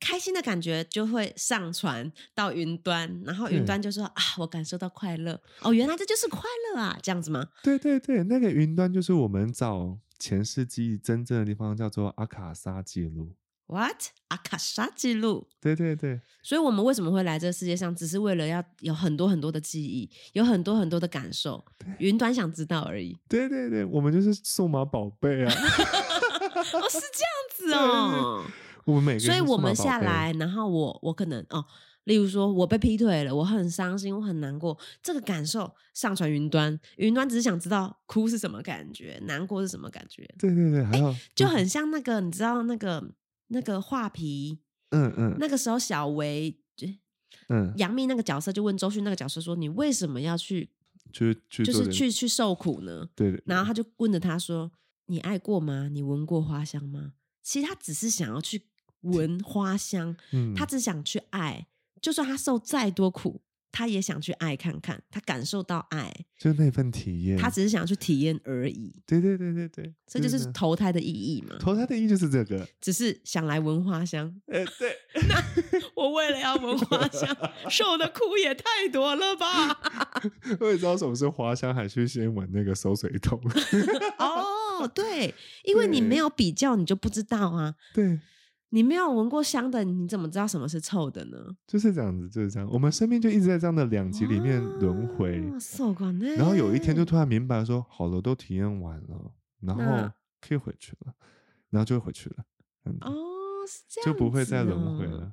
开心的感觉就会上传到云端，然后云
对
端就说啊，我感受到快乐，哦，原来这就是快乐啊，这样子吗？
对对对，那个云端就是我们找前世记忆真正的地方，叫做阿卡莎记录。
What 阿卡莎记录，
对对对，
所以我们为什么会来这个世界上，只是为了要有很多很多的记忆，有很多很多的感受，云端想知道而已。
对对对，我们就是数码宝贝 啊，
哦，是这样子哦。
我们每个人
所以
是数
我
码
们
宝
下
贝啊
来，然后我我可能哦，例如说我被劈腿了，我很伤心，我很难过，这个感受上传云端，云端只是想知道哭是什么感觉，难过是什么感觉，
对对对，还有
就很像那个你知道那个那个画皮，
嗯嗯
那个时候小维。
嗯，
杨幂那个角色就问周迅那个角色说：“你为什么要去，
就是去
就
做
是
这嗯
去去受苦呢？”
对对，
然后他就问着他说：“你爱过吗？你闻过花香吗？”其实他只是想要 去闻花香，
嗯
他只想去爱，就算他受再多苦，他也想去爱看看，他感受到爱，
就那份体验，
他只是想去体验而已。
对对对对对，
这就
真
是
的
投胎的意义嘛，
投胎的意义就是这 个，
只是想来闻花香。
呃 对，
我为了要闻花香，受的苦也太多了 吧？
我也知道什么是花香，还去先闻那个收水 桶，
哦，对，因为你没
对
有比较，你就不知道啊。
对，
你没有闻过香的，你怎么知道什么是臭的呢？
就是这样子，就是这样，我们生命就一直在这样的两极里面轮回，
哇哦受过呢
然后有一天
嗯
就突然明白说，好了，都体验完了，然
那
后可以回去了，然后就会回去了，嗯，
哦，是这样、哦
就不会再轮回了。，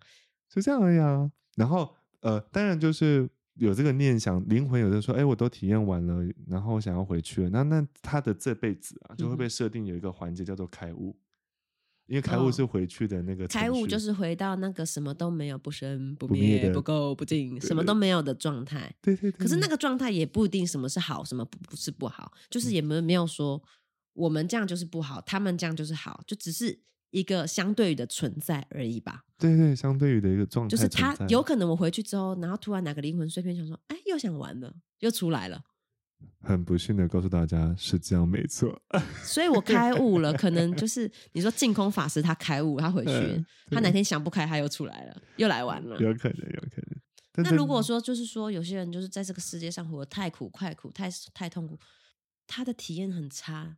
就这样而已啊。然后呃，当然就是有这个念想，灵魂有的说，哎，我都体验完了，然后我想要回去了。那那他的这辈子啊，就会
嗯
被设定有一个环节叫做开悟，因为开悟
哦
是回去的那个程
开悟
序
就是回到那个什么都没有、不生不
不灭
灭、
的
不垢不净、
对嗯
什么都没有的状态。
对对对。
可是那
个
个状态也不一定什么是好，什么不不是不好，
嗯
就是也没没有说我们这样就是不好，他们这样就是好，就只是一个相对的存在而已吧。
对对，相对于的一个状态
就
存
是
在，
他有可能我回去之后，然后突然哪个灵魂碎片想说，哎，又想玩了，又出来了。
很不幸的告诉大家是这样没错，
所以我开悟了，可能就是你说净空法师他开悟，他回去，
嗯
他哪天想不开，他又出来了，又来玩了。
有可能有可能。但
那
真
如果说就是说有些人就是在这个世界上活得太苦、快苦、太太痛苦，他的体验很差，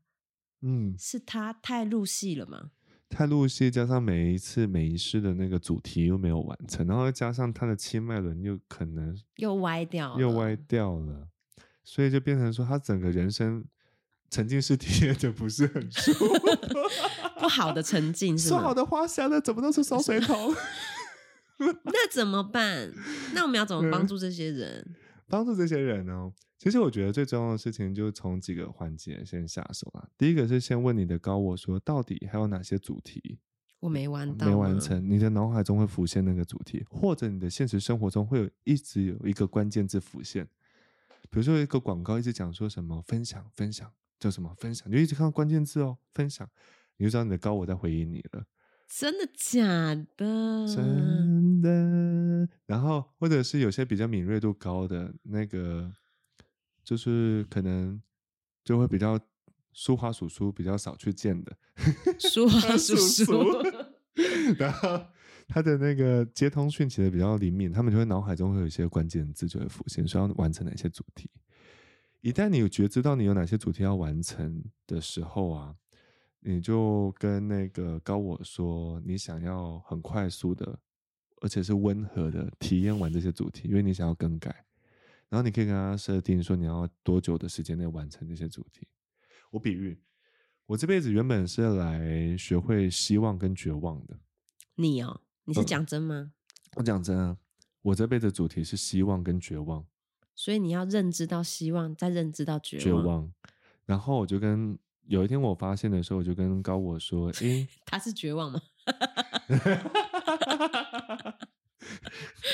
嗯，
是他太入戏了嘛？
太入戏，加上每一次每一世的那个主题又没有完成，然后又加上他的七脉轮又可能
又歪掉，
又歪。掉了，所以就变成说他整个人生沉浸式体验的不是很舒 服。
不好的沉浸是
说
吗
好？的花香呢，怎么都是烧水 桶？
那怎么办？那我们要怎么
嗯
帮助这些人？
帮助这些人哦。其实我觉得最重要的事情就是从几个环节先下手啦。第一个是先问你的高我说，到底还有哪些主题
我没玩到，
没完。成？你的脑海中会浮现那个主题，或者你的现实生活中会有一直有一个关键字浮现。比如说有一个广告一直讲说什么分享分享叫什么分享，你就一直看到关键字哦，分享，你就知道你的高我在回应你了。
真的假的？
真的。然后或者是有些比较敏锐度高的那个，就是可能就会比较叔华叔叔比较少去见的，
叔 啊叔 叔，
然后他的那个接通讯其实比较灵敏，他们就会脑海中会有一些关键字就会浮现，需要完成哪些主题。一旦你有觉知到你有哪些主题要完成的时候啊，你就跟那个高我说，你想要很快速的，而且是温和的体验完这些主题，因为你想要更改。然后你可以跟他设定说你要多久的时间内完成这些主题。我比喻，我这辈子原本是来学会希望跟绝望的。
你哦，你
嗯
是讲真吗？
我讲真啊，我这辈子主题是希望跟绝望，
所以你要认知到希望，再认知到绝望。
绝望。然后我就跟有一天我发现的时候，我就跟高我说：“ 诶、
他是绝望吗？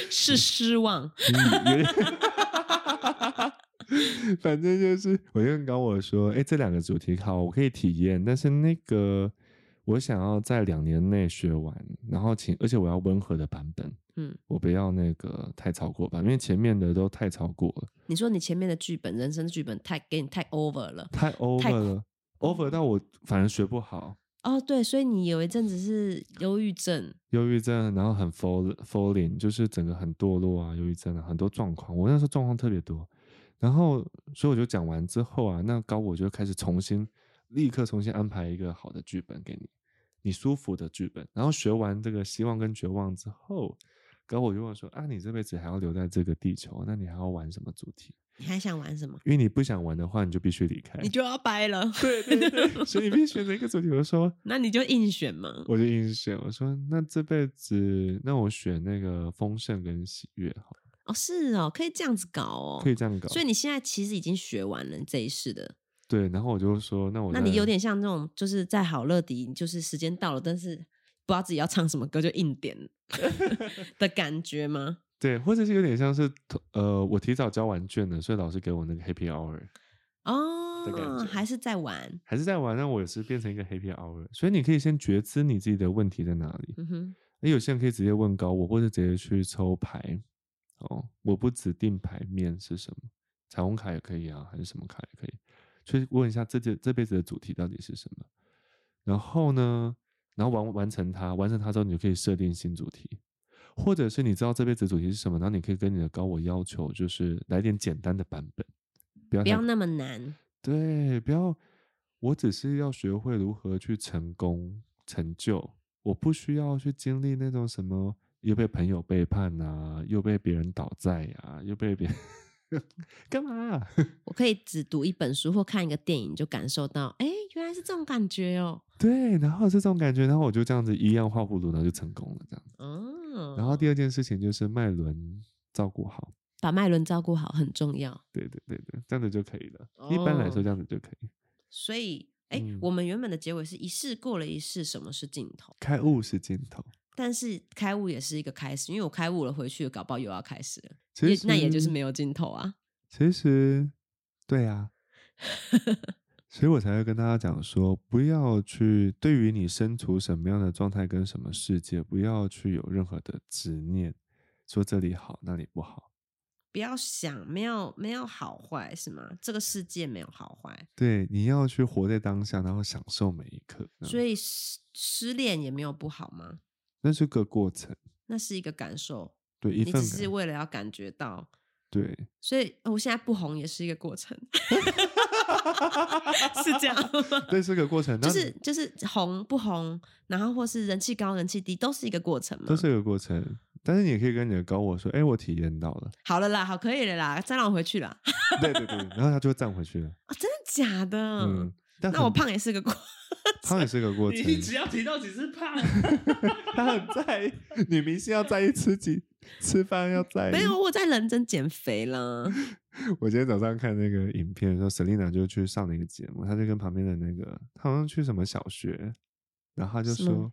是失望。
嗯有点 反正就是，我就跟高我说，哎、这两个主题好，我可以体验，但是那个我想要在两年内学完，然后请，而且我要温和的版本，
嗯，
我不要那个太超过版，因为前面的都太超过了，
你说你前面的剧本，人生剧本太给你太哦 over 了。
太 over 了，over 到我反而学不好，
哦，对，所以你有一阵子是忧郁症，
忧郁症，然后很 fall falling，就是整个很堕落啊，忧郁症啊，很多状况。我那时候状况特别多，然后所以我就讲完之后啊，那高我就开始重新，立刻重新安排一个好的剧本给你，你舒服的剧本。然后学完这个希望跟绝望之后，高我就问我说啊，你这辈子还要留在这个地球，那你还要玩什么主题？
你还想玩什么？
因为你不想玩的话，你就必须离开，
你就要掰了，
对对对，所以你必须选择一个主题。我就说
那你就硬选嘛。
我就硬选，我说那这辈子，那我选那个丰盛跟喜悦好了，
哦，是哦，可以这样子搞哦。
可以这样搞。
所以你现在其实已经学完了这一世的，
对，然后我就说，那我
那你
在
有点像那种，就是在好乐迪，就是时间到了，但是不知道自己要唱什么歌就硬 点的感觉吗？
对，或者是有点像是呃，我提早交完卷了，所以老师给我那个 happy hour，的感
哦
觉，
还是在玩，
还是在玩，那我也是变成一个 happy hour。所以你可以先觉知你自己的问题在哪里。
嗯哼，
那有些人可以直接问高我，或者直接去抽牌。哦，我不指定牌面是什么，彩虹卡也可以啊，还是什么卡也可以，去问一下这这这辈子的主题到底是什么。然后呢，然后完完成它，完成它之后，你就可以设定新主题，或者是你知道这辈子主题是什么，然后你可以跟你的高我要求，就是来点简单的版本，不要
不
太
要那么难。
对，不要，我只是要学会如何去成功、成就，我不需要去经历那种什么又被朋友背叛啊，又被别人倒债啊，又被别人 干嘛、啊？
我可以只读一本书或看一个电影就感受到，哎，原来是这种感觉哦。
对，然后是这种感觉，然后我就这样子一样画葫芦，然后就成功了这样子。
哦，
然后第二件事情就是脉轮照顾好，
把脉轮照顾好很重要。
对对对对，这样子就可以了。一般来说
哦
这样子就可以，
所以，哎、
嗯
我们原本的结尾是一世过了一世，什么是尽头？
开悟是尽头。
但是开悟也是一个开始，因为我开悟了，回去搞不好又要开始了，
其
也
实
那也就是没有尽头啊。
其实，对 啊，所以我才会跟大家讲说，不要去对于你身处什么样的状态跟什么世界，不要去有任何的执念，说这里好那里不好。
不要想没有没有好坏是吗？这个世界没有好坏，
对，你要去活在当下，然后享受每一刻。这样
所以失失恋也没有不好吗？
那是个过程，
那是一个感受，
对一
你
份
只是
感
为了要感觉到，
对，
所以呃我现在不红也是一个过 程，是这样吗？
对是个过程，
就
那
是就是红不红，然后或是人气高人气低，都是一个过程嘛。
都是个过程。但是你也可以跟你的高我说，哎，我体验到了，
好了啦，好可以了啦，再让我回去啦。
对对对，然后他就会站回去了。
啊，真的假的？
嗯，但
那我
很
胖也是个过，
胖也是个过程，
你只要提到几次胖，
他很在意女明星要在意吃几吃饭要在意。
没有，我在认真减肥啦。
我今天早上看那个影片的时候，Selina 就去上了一个节目，她就跟旁边的那个，她好像去什么小学，然后她就是
吗
说，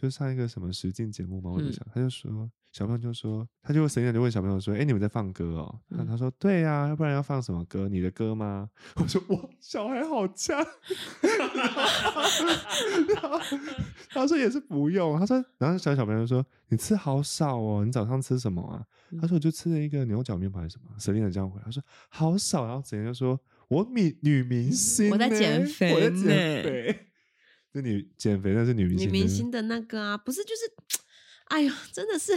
就上一个什么实境节目嘛，我就
嗯
想，她就说小朋友就说，他就神一就问小朋友说：“哎、你们在放歌哦？”那、
嗯
他说：“对呀、要不然要放什么歌？你的歌吗？”我说：“哇，小孩好强。”然后他说：“也是不用。”他说：“然后小小朋友说：‘你吃好少哦，你早上吃什么啊？’”他
嗯
说：“我就吃了一个牛角面包还是什么。”神一这样回，他说：“好少。”然后神一就说：“我女女明星呢，
嗯在减
我在
肥
减
呢
肥。”那女减肥那是女明星，
女明星的那个啊，不是就是，哎呦，真的是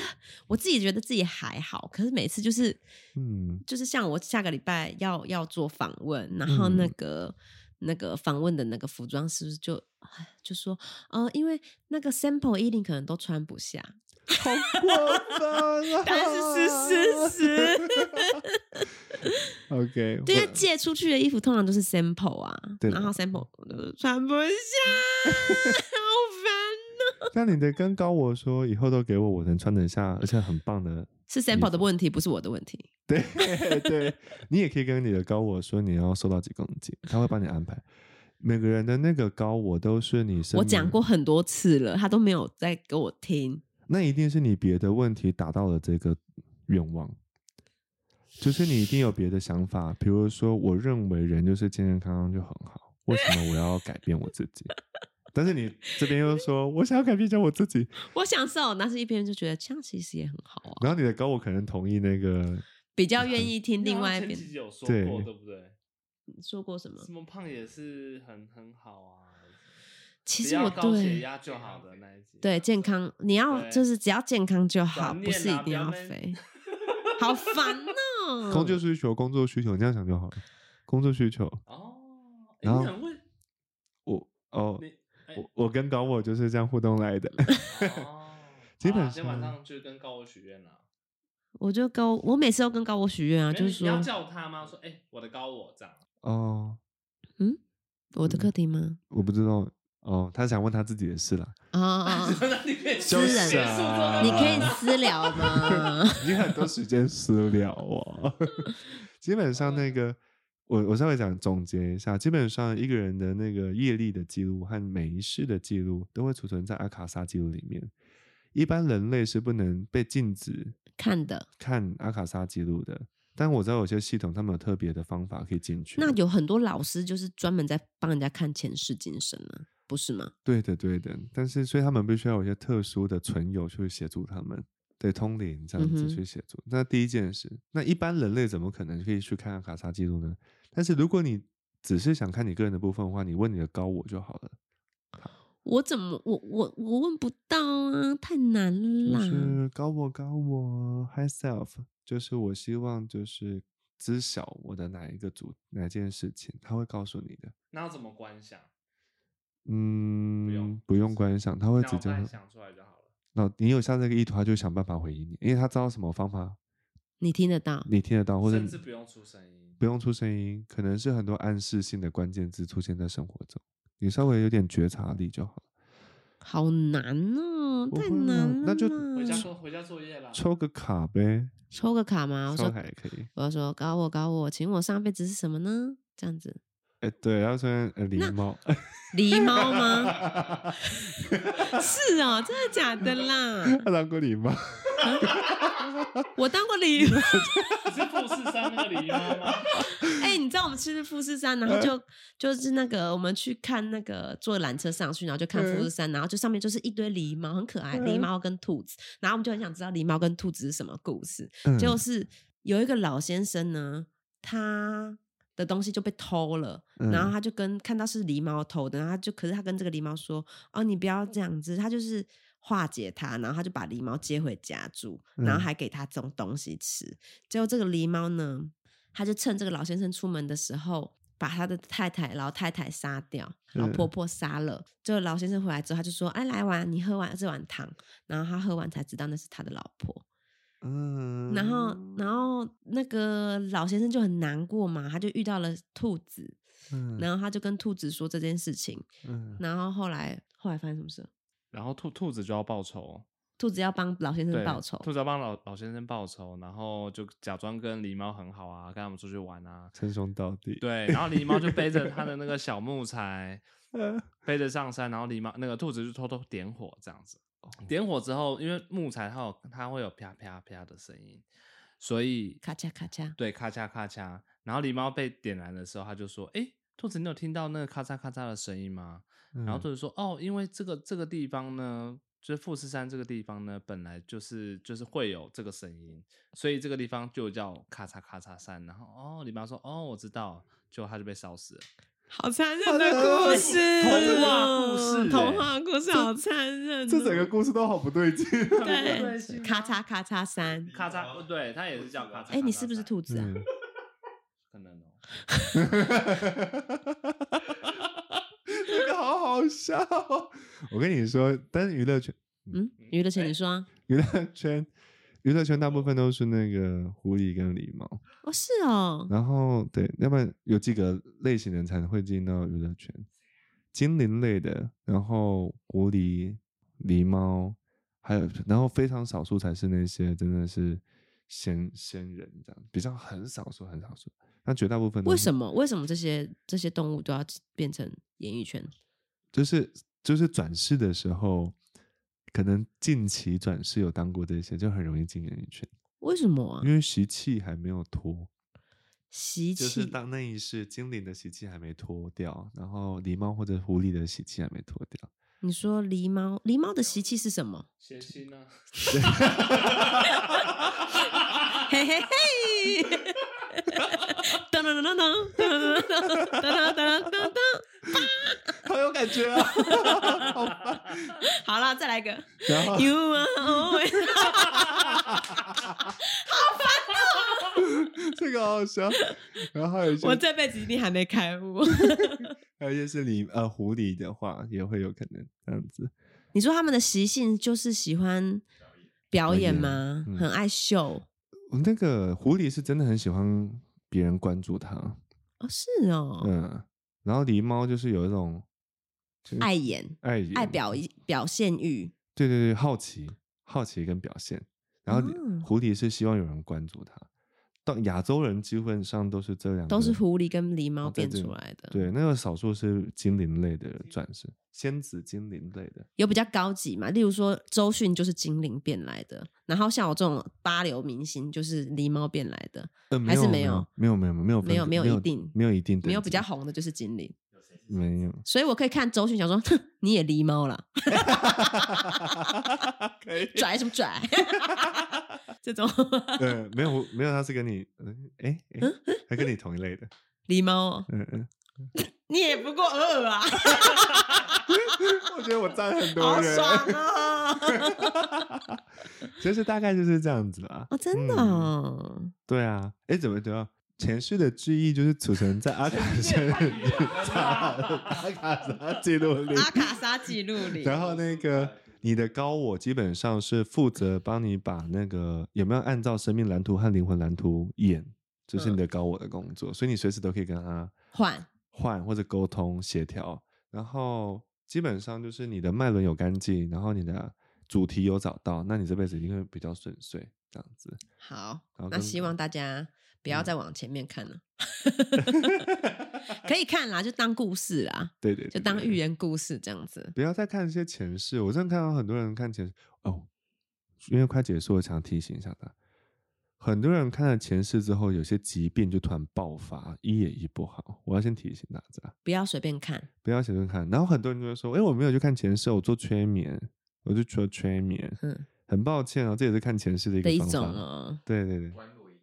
我自己觉得自己还好，可是每次就是，
嗯
就是像我下个礼拜要要做访问，然后那
嗯
个、那个访问的那个服装师就哎就说，呃，因为那个 sample 衣领可能都穿不下，
好过分啊！
但是是 事实。
OK，
对，因为
我
借出去的衣服通常都是 sample 啊，
对
然
的
后 sample 呃穿不下，好烦。
那你的跟高我说，以后都给我，我能穿得下，而且很棒的。
是 sample 的问题，不是我的问题。
对 对，你也可以跟你的高我说你要瘦到几公斤，他会帮你安排。每个人的那个高我都是你生
我
命
讲过很多次了，他都没有在给我听。
那一定是你别的问题达到了这个愿望，就是你一定有别的想法，比如说，我认为人就是健健康康就很好，为什么我要改变我自己？但是你这边又说，我想要改变一下我自己，
我享受，但是一边就觉得这样其实也很好啊，
然后你的高我可能同意那个，
比较愿意听
因 为
另
他们
外一
前
边
几集有说
对
过，对不对？
说过什么
什。么胖也是很很好啊，
其
只
实我
要高血
对
压就好的那一集，
对健康，你要
对
就是只要健康就好，
转
不是
念
一定
啊不要
要
闷
肥。 好烦哦！
工作需求，工作需求，你这样想就好了。工作需求，
哦，诶
然后
你很会
我哦，
你哎
我我跟高我就是这样互动来的。
哦，
基
好啦
本
今天晚
上
上就跟高我许愿了。
我就高，我每次都跟高我许愿啊，
没有
就是
你你要
说
叫他吗？说哎、我的高我这样。
哦，
我的课题吗？
我不知道哦，他想问他自己的事啦，
啊啊，啊
那你可以
羞
结
涩
束之后再
你
说
可以私聊吗？
你很多时间私聊哦。 基本上那个，我我稍微讲总结一下，基本上一个人的那个业力的记录和每一世的记录都会储存在阿卡莎记录里面。一般人类是不能被禁止
看的，
看阿卡莎记录的，但我知道有些系统他们有特别的方法可以进去。
那有很多老师就是专门在帮人家看前世今生啊，不是吗？
对的对的，但是所以他们必须要有一些特殊的存有去协助他们。对通灵这样
嗯
子
哼
去协助，那第一件事，那一般人类怎么可能可以去看阿卡莎记录呢？但是如果你只是想看你个人的部分的话，你问你的高我就好了。
我怎么我我我问不到啊，太难
就
啦。
是高我高我 high self，就是我希望就是知晓我的哪一个主哪件事情，他会告诉你的。
那要怎么观想？
嗯，
用
不用观想，他会直
脑
接
袋
会。
想出来就好了。
那你有下这个意图，他就想办法回应你，因为他知道什么方法
你听得到？
你听得到，或者
甚
你
至不用出声音。
不用出声音，可能是很多暗示性的关键字出现在生活中，你稍微有点觉察力就好了。
好难哦，
不
太
会啦啊
难了啦。
那就
回
嗯
家做回家作业啦。
抽个卡呗，
抽个卡吗？我
抽
说
卡也可以。
我要说搞我搞我，请我上辈子是什么呢？这样子，
哎，对，要穿呃狸猫，
嗯狸猫吗？ 是哦，真的假的啦？
他 当过狸猫，
我当过狸猫。
你是富士山那个狸猫吗？
哎、你知道我们去富士山，然后就就是那个我们去看那个坐缆车上去，然后就看富士山，然后就上面就是一堆狸猫，很可爱，狸猫跟兔子，然后我们就很想知道狸猫跟兔子是什么故事。
嗯
结果是有一个老先生呢，他的东西就被偷了，然后
嗯
他就跟看到是狸猫偷的，然后他就可是他跟这个狸猫说：“哦，你不要这样子。”他就是化解他，然后他就把狸猫接回家住，然后
嗯
还给他这种东西吃。结果这个狸猫呢，他就趁这个老先生出门的时候。把他的太太、老太太杀掉，老婆
嗯
婆杀了。就老先生回来之后，他就说：“哎，来碗，你喝完这碗汤。”然后他喝完才知道那是他的老婆。
嗯
然后，然后那个老先生就很难过嘛，他就遇到了兔子，
嗯
然后他就跟兔子说这件事情，
嗯
然后后来后来发生什么事？
然后兔兔子就要报仇，
兔子要帮老先生
对，
嗯报仇，
兔子要帮老老先生报仇，然后就假装跟狸猫很好啊，跟他们出去玩啊，
称兄道弟，
对，然后狸猫就背着他的那个小木材
嗯，
背着上山，然后狸猫那个兔子就偷偷点火这样子，哦点火之后，因为木材它有它会有啪啪啪的声音，所以
咔嚓咔嚓
对咔嚓咔嚓。然后狸猫被点燃的时候，它就说：“诶，兔子，你有听到那个咔嚓咔嚓的声音吗？”然后
嗯
兔子说：“哦，因为这个这个地方呢，就是富士山这个地方呢，本来就是就是会有这个声音，所以这个地方就叫咔嚓咔嚓山。”然后哦，狸猫说：“哦，我知道。”结果它就被烧死了。
好残忍的故事，哦
童话故事
童话故事好残忍哦，
这整个故事都好不对 劲。
对，咔嚓咔嚓三。
咔嚓，对，它也是叫咔嚓。
哎，你是不是
咔嚓
兔子啊？
嗯
可能哦。
这个好好笑哦。我跟你说，但是娱乐圈，
嗯，娱乐圈你说啊，
娱乐圈，娱乐圈大部分都是那个狐狸跟狸猫，
哦是哦，
然后对，要不然有几个类型人才会进到娱乐圈，精灵类的，然后狐狸、狸猫，还有然后非常少数才是那些真的是仙仙人这样，比较很少数很少数，那绝大部分都
为
是
什么为什么这些这些动物都要变成演艺圈？
就是就是转世的时候，可能近期转世有当过这些，就很容易进演艺圈，
为什么啊？
因为习气还没有脱，
习气
嗯就是当那一世精灵的习气还没脱掉，然后狸猫或者狐狸的习气还没脱掉，
你说狸猫，狸猫的习气是什么？
谐星呢？
嘿嘿嘿！噔噔噔噔噔噔噔噔噔噔噔噔噔！
好有感觉啊！ 好棒
好了，再来一个。
然后
You are always
这个好好笑，然后还有一些
我这辈子一定还没开悟。
还有一些是狸呃狐狸的话也会有可能这样子，
你说他们的习性就是喜欢表演吗
表？演嗯
很爱秀
那个狐狸是真的很喜欢别人关注它，
哦，是哦，
嗯，然后狸猫就是有一种就是
爱演、
爱演
爱表表现欲。
对对对，好奇、好奇跟表现。然后
哦
狐狸是希望有人关注它，到亚洲人基本上都是这两个，
都是狐狸跟狸猫
哦在
变
这
出
里
来的
对，那个少数是精灵类的转世，仙子精灵类的。
有比较高级嘛，例如说周迅就是精灵变来的，然后像我这种八流明星就是狸猫变来的，
呃，
还是
没有，没有，没有，没有分，
没有没有
没
一定
没有一定，
没有比较，红的就是精灵，
有谁是
没有。
所以我可以看周迅想说，哼你也狸猫啦，
可以。
拽什么拽， 这种
对，没有，没有，他是跟你，嗯哎哎，他跟你同一类的，
狸猫哦，
嗯 嗯。
你也不过尔尔啊，
我觉得我占很多
好
人，
爽 啊！
就是大概就是这样子啦。
哦，真的
嗯
哦，
对啊，哎，怎么怎么前世的记忆就是储存在 阿卡 生日记上阿卡莎记录里，
阿卡莎记录里，
然后那
呃
个你的高我基本上是负责帮你把那个有没有按照生命蓝图和灵魂蓝图演，这、
嗯
是你的高我的工作，所以你随时都可以跟他
换
换或者沟通协调，然后基本上就是你的脉轮有干净，然后你的主题有找到，那你这辈子一定会比较顺遂，这样子。
好
然
那
后，跟嗯
希望大家不要再往前面看 了，可以看啦，就当故事啦。
对对对
就
对
当
对
寓言故事这样子。
不要再看一些前世。我真的看到很多人看前世哦，因为快结束，我想提醒一下他，很多人看了前世之后，有些疾病就突然爆发，医也医不好。我要先提醒大家，
不要随便看，
不要随便看。然后很多人就会说：“哎，我没有去看前世，我做催眠，我就做催眠。”
嗯，
很抱歉啊，这也是看前世的一
的一
个方
种
法。
哦，
对对对，
关洛音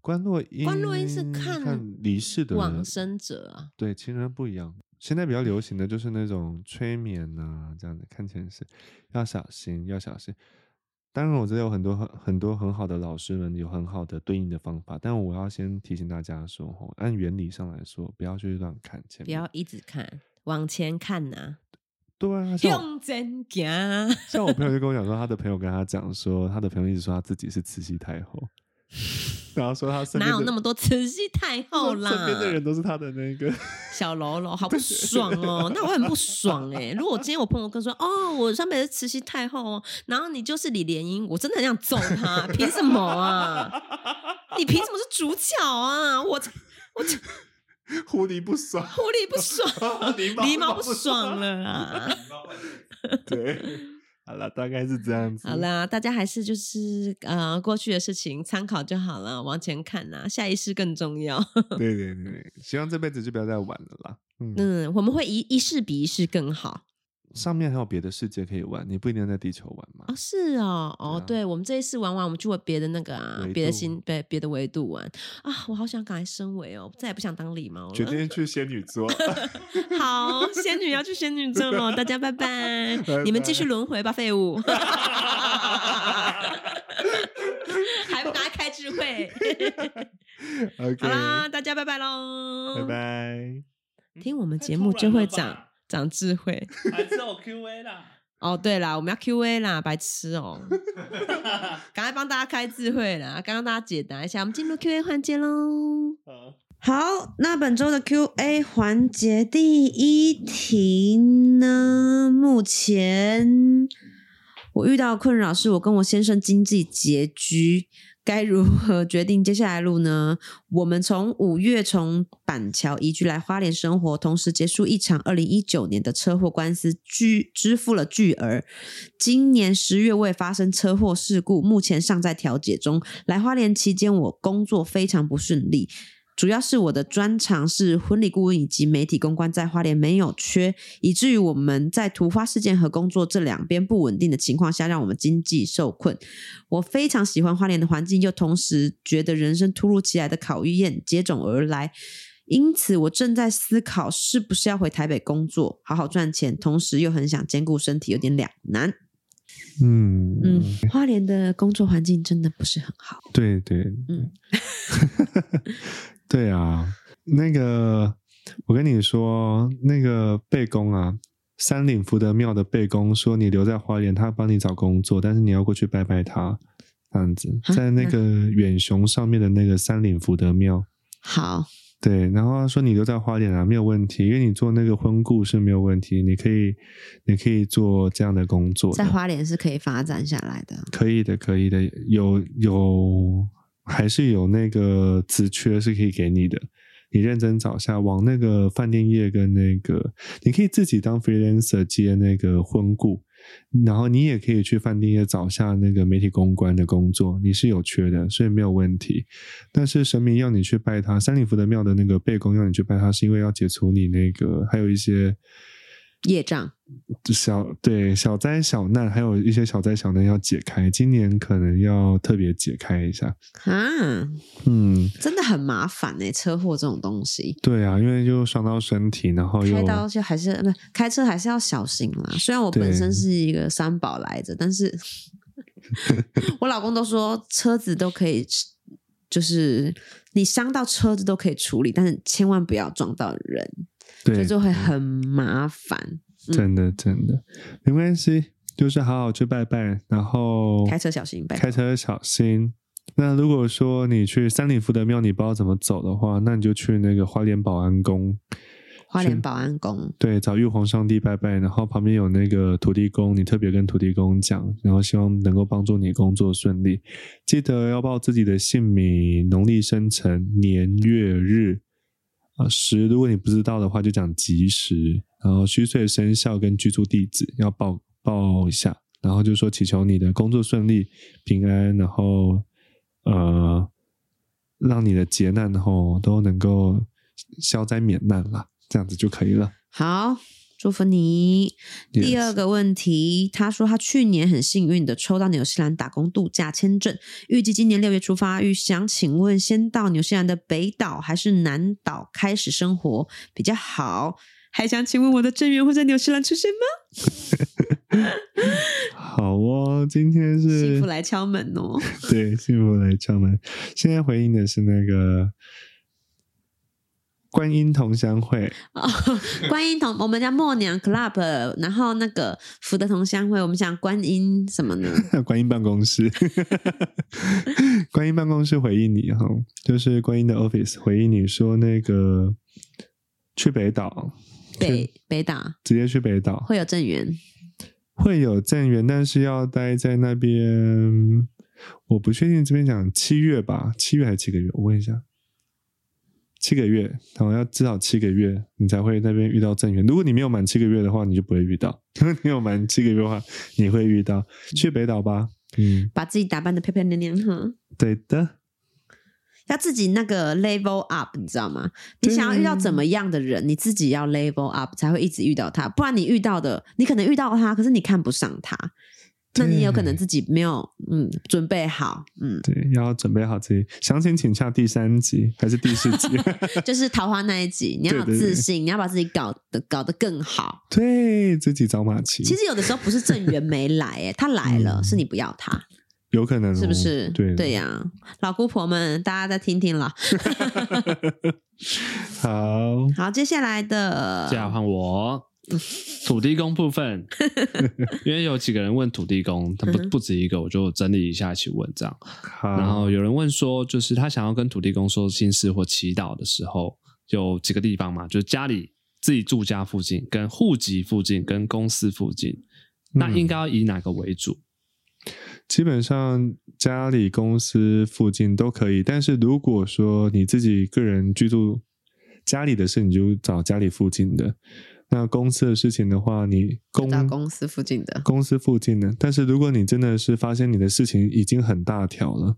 关洛音，
关洛音是看
看离世的
往
人
生者啊，
对，情人不一样。现在比较
嗯
流行的就是那种催眠啊，这样的看前世，要小心，要小心。当然，我知道有很多很很多很好的老师们有很好的对应的方法，但我要先提醒大家说，吼，按原理上来说，不要去乱看前
不
面。
要一直看，往前看呐、
对啊，像我
用真行，
像我朋友就跟我讲说，他的朋友跟他讲说，他的朋友一直说他自己是慈禧 太后，然后说他 身
哪
边
有
的
那么多慈禧太后啦？
身边的人都是他的那个。
小喽啰，好不爽哦！那我很不爽哎、如果今天我朋友跟我说，哦，我上辈子是慈禧太后哦，然后你就是李莲英，我真的很想揍他，凭什么啊？你凭什么是主角啊？我我狐
狐狸 不爽，
狸不爽，
狸
狸猫不爽了啦。
狸猫换
对， 好了，大概是这样子。
好，啦，大家还是就是呃过去的事情参考就好了，往前看呐、下一世更重要。
对对对对，希望这辈子就不要再玩了啦。嗯，
嗯，我们会一一世比一世更好。
上面还有别的世界可以玩，你不一定要在地球玩嘛
哦，。是哦，哦，
对啊
对，我们这一次玩完，我们去过别的那个啊
维，
别的
度
新别别的维度玩啊，我好想赶快升维哦，再也不想当狸猫
决
了。
定去仙女 座。
好，仙女要去仙女座了，大家拜拜，你们继续轮回吧，废 物。还不赶快开智 慧？
OK，
好啦，大家拜拜喽，
拜。拜。
听我们
嗯太
节
突
目
然
就
了
会
吧
长长智慧。
还是有 Q&A 啦。
哦，对啦，我们要 Q&A 啦，白痴 哦、赶快帮大家开智慧啦，刚刚大家解答一下，我们进入 Q&A 环节喽。
好，
好，那本周的 Q&A 环节第一题呢，目前我遇到的困扰是我跟我先生经济拮据，该如何决定接下来路呢？我们从五月从板桥移居来花莲生活，同时结束一场二零一九年的车祸官司，巨支付了巨额。今年十月未发生车祸事故，目前尚在调解中。来花莲期间，我工作非常不顺利，主要是我的专长是婚礼顾问以及媒体公关，在花莲没有缺，以至于我们在突发事件和工作这两边不稳定的情况下，让我们经济受困。我非常喜欢花莲的环境，又同时觉得人生突如其来的考验接踵而来。因此，我正在思考是不是要回台北工作，好好赚钱，同时又很想兼顾身体，有点两难。
嗯
嗯，花莲的工作环境真的不是很好。
对对，
嗯，
对啊，那个我跟你说，那个贝公啊，三岭福德庙的贝公说，你留在花莲，他帮你找工作，但是你要过去拜拜他，这样子，
啊
在那
那
个远雄上面的那个三岭福德庙。
好，
对，然后他说你留在花莲啊，没有问题，因为你做那个婚顾是没有问题，你可以，你可以做这样的工作的。
在花莲是可以发展下来的。
可以的，可以的，有有还是有那个职缺是可以给你的。你认真找一下，往那个饭店业跟那个，你可以自己当 freelancer 接那个婚顾，然后你也可以去饭店业找下那个媒体公关的工作，你是有缺的，所以没有问题。但是神明要你去拜他，三里福德庙的那个背公要你去拜他，是因为要解除你那个还有一些
业障，
小对小灾小难，还有一些小灾小难要解开，今年可能要特别解开一下。
啊，
嗯，
真的很麻烦呢、欸车祸这种东西，
对啊，因为又伤到身体，然后又
开刀就还是不是开车还是要小心啦。虽然我
对
本身是一个三宝来着，但 是我老公都说车子都可以，就是你伤到车子都可以处理，但是千万不要撞到人，所
对
以，就嗯会很麻烦。
真的真的没关系，就是好好去拜拜，然后
开车小心，拜拜
开车小心。那如果说你去三里福德庙，你不知道怎么走的话，那你就去那个花莲保安宫。
花莲保安宫
对，找玉皇上帝拜拜，然后旁边有那个土地公，你特别跟土地公讲，然后希望能够帮助你工作顺利。记得要报自己的姓名、农历生辰、年月日啊时，如果你不知道的话，就讲吉时，然后虚岁、生肖跟居住地址要报报一下，然后就说祈求你的工作顺利、平安，然后呃，让你的劫难吼都能够消灾免难啦，这样子就可以了。
好。祝福你。第
Yes
二个问题，他说他去年很幸运的抽到纽西兰打工度假签证，预计今年六月出发。预想请问，先到纽西兰的北岛还是南岛开始生活比较好？还想请问我的正缘会在纽西兰出现吗？
好哦，今天是
幸福来敲门哦！
对幸福来敲门。现在回应的是那个观音同乡会，
哦，观音同我们家默娘 club，然后那个福德同乡会，我们讲观音什 么呢？
观音办公室， 观音办公室回应你哈，就是观音的 office 回应你说那个去北岛，
北北岛
直接去北岛
会有正缘，
会有正缘，但是要待在那边。我不确定这边讲七月吧，七月还是七个月？我问一下，七个月，好像要至少七个月，你才会那边遇到正缘。如果你没有满七个月的话，你就不会遇到； 如果你有满七个月的话，你会遇到。去北岛吧，嗯，
把自己打扮的漂漂亮亮，哈，
对的，
要自己那个 level up，你知道吗？你想要遇到怎
嗯
么样的人，你自己要 level up 才会一直遇到他，不然你遇到的，你可能遇到他，可是你看不上他，那你有可能
对
自己没有嗯准备好， 嗯，
对，要准备好自己。详情请洽第三集还是第四 集？
就是桃花那一集，你要有
对对对
自信，你要把自己搞得搞得更好。
对，自己找马奇，
其实有的时候不是郑源没来、哎，他来了，
嗯
是你不要他，
有可能、哦，
是不是？
对的
对呀、老姑婆们，大家再听听啦。
好，
好，接下来的
接下来换我。土地公部分， 因为有几个人问土地公，他
嗯
不
哼
不止一个，我就整理一下一起问这样。
好，
然后有人问说，就是他想要跟土地公说心事或祈祷的时候，有几个地方嘛，就是家里自己住家附近、跟户籍附近、跟公司附近，那应该要以哪个为主？
基本上家里、公司附近都可以，但是如果说你自己个人居住家里的事，你就找家里附近的；那公司的事情的话，你公
找公司附近的
公司附近的。但是如果你真的是发现你的事情已经很大条了，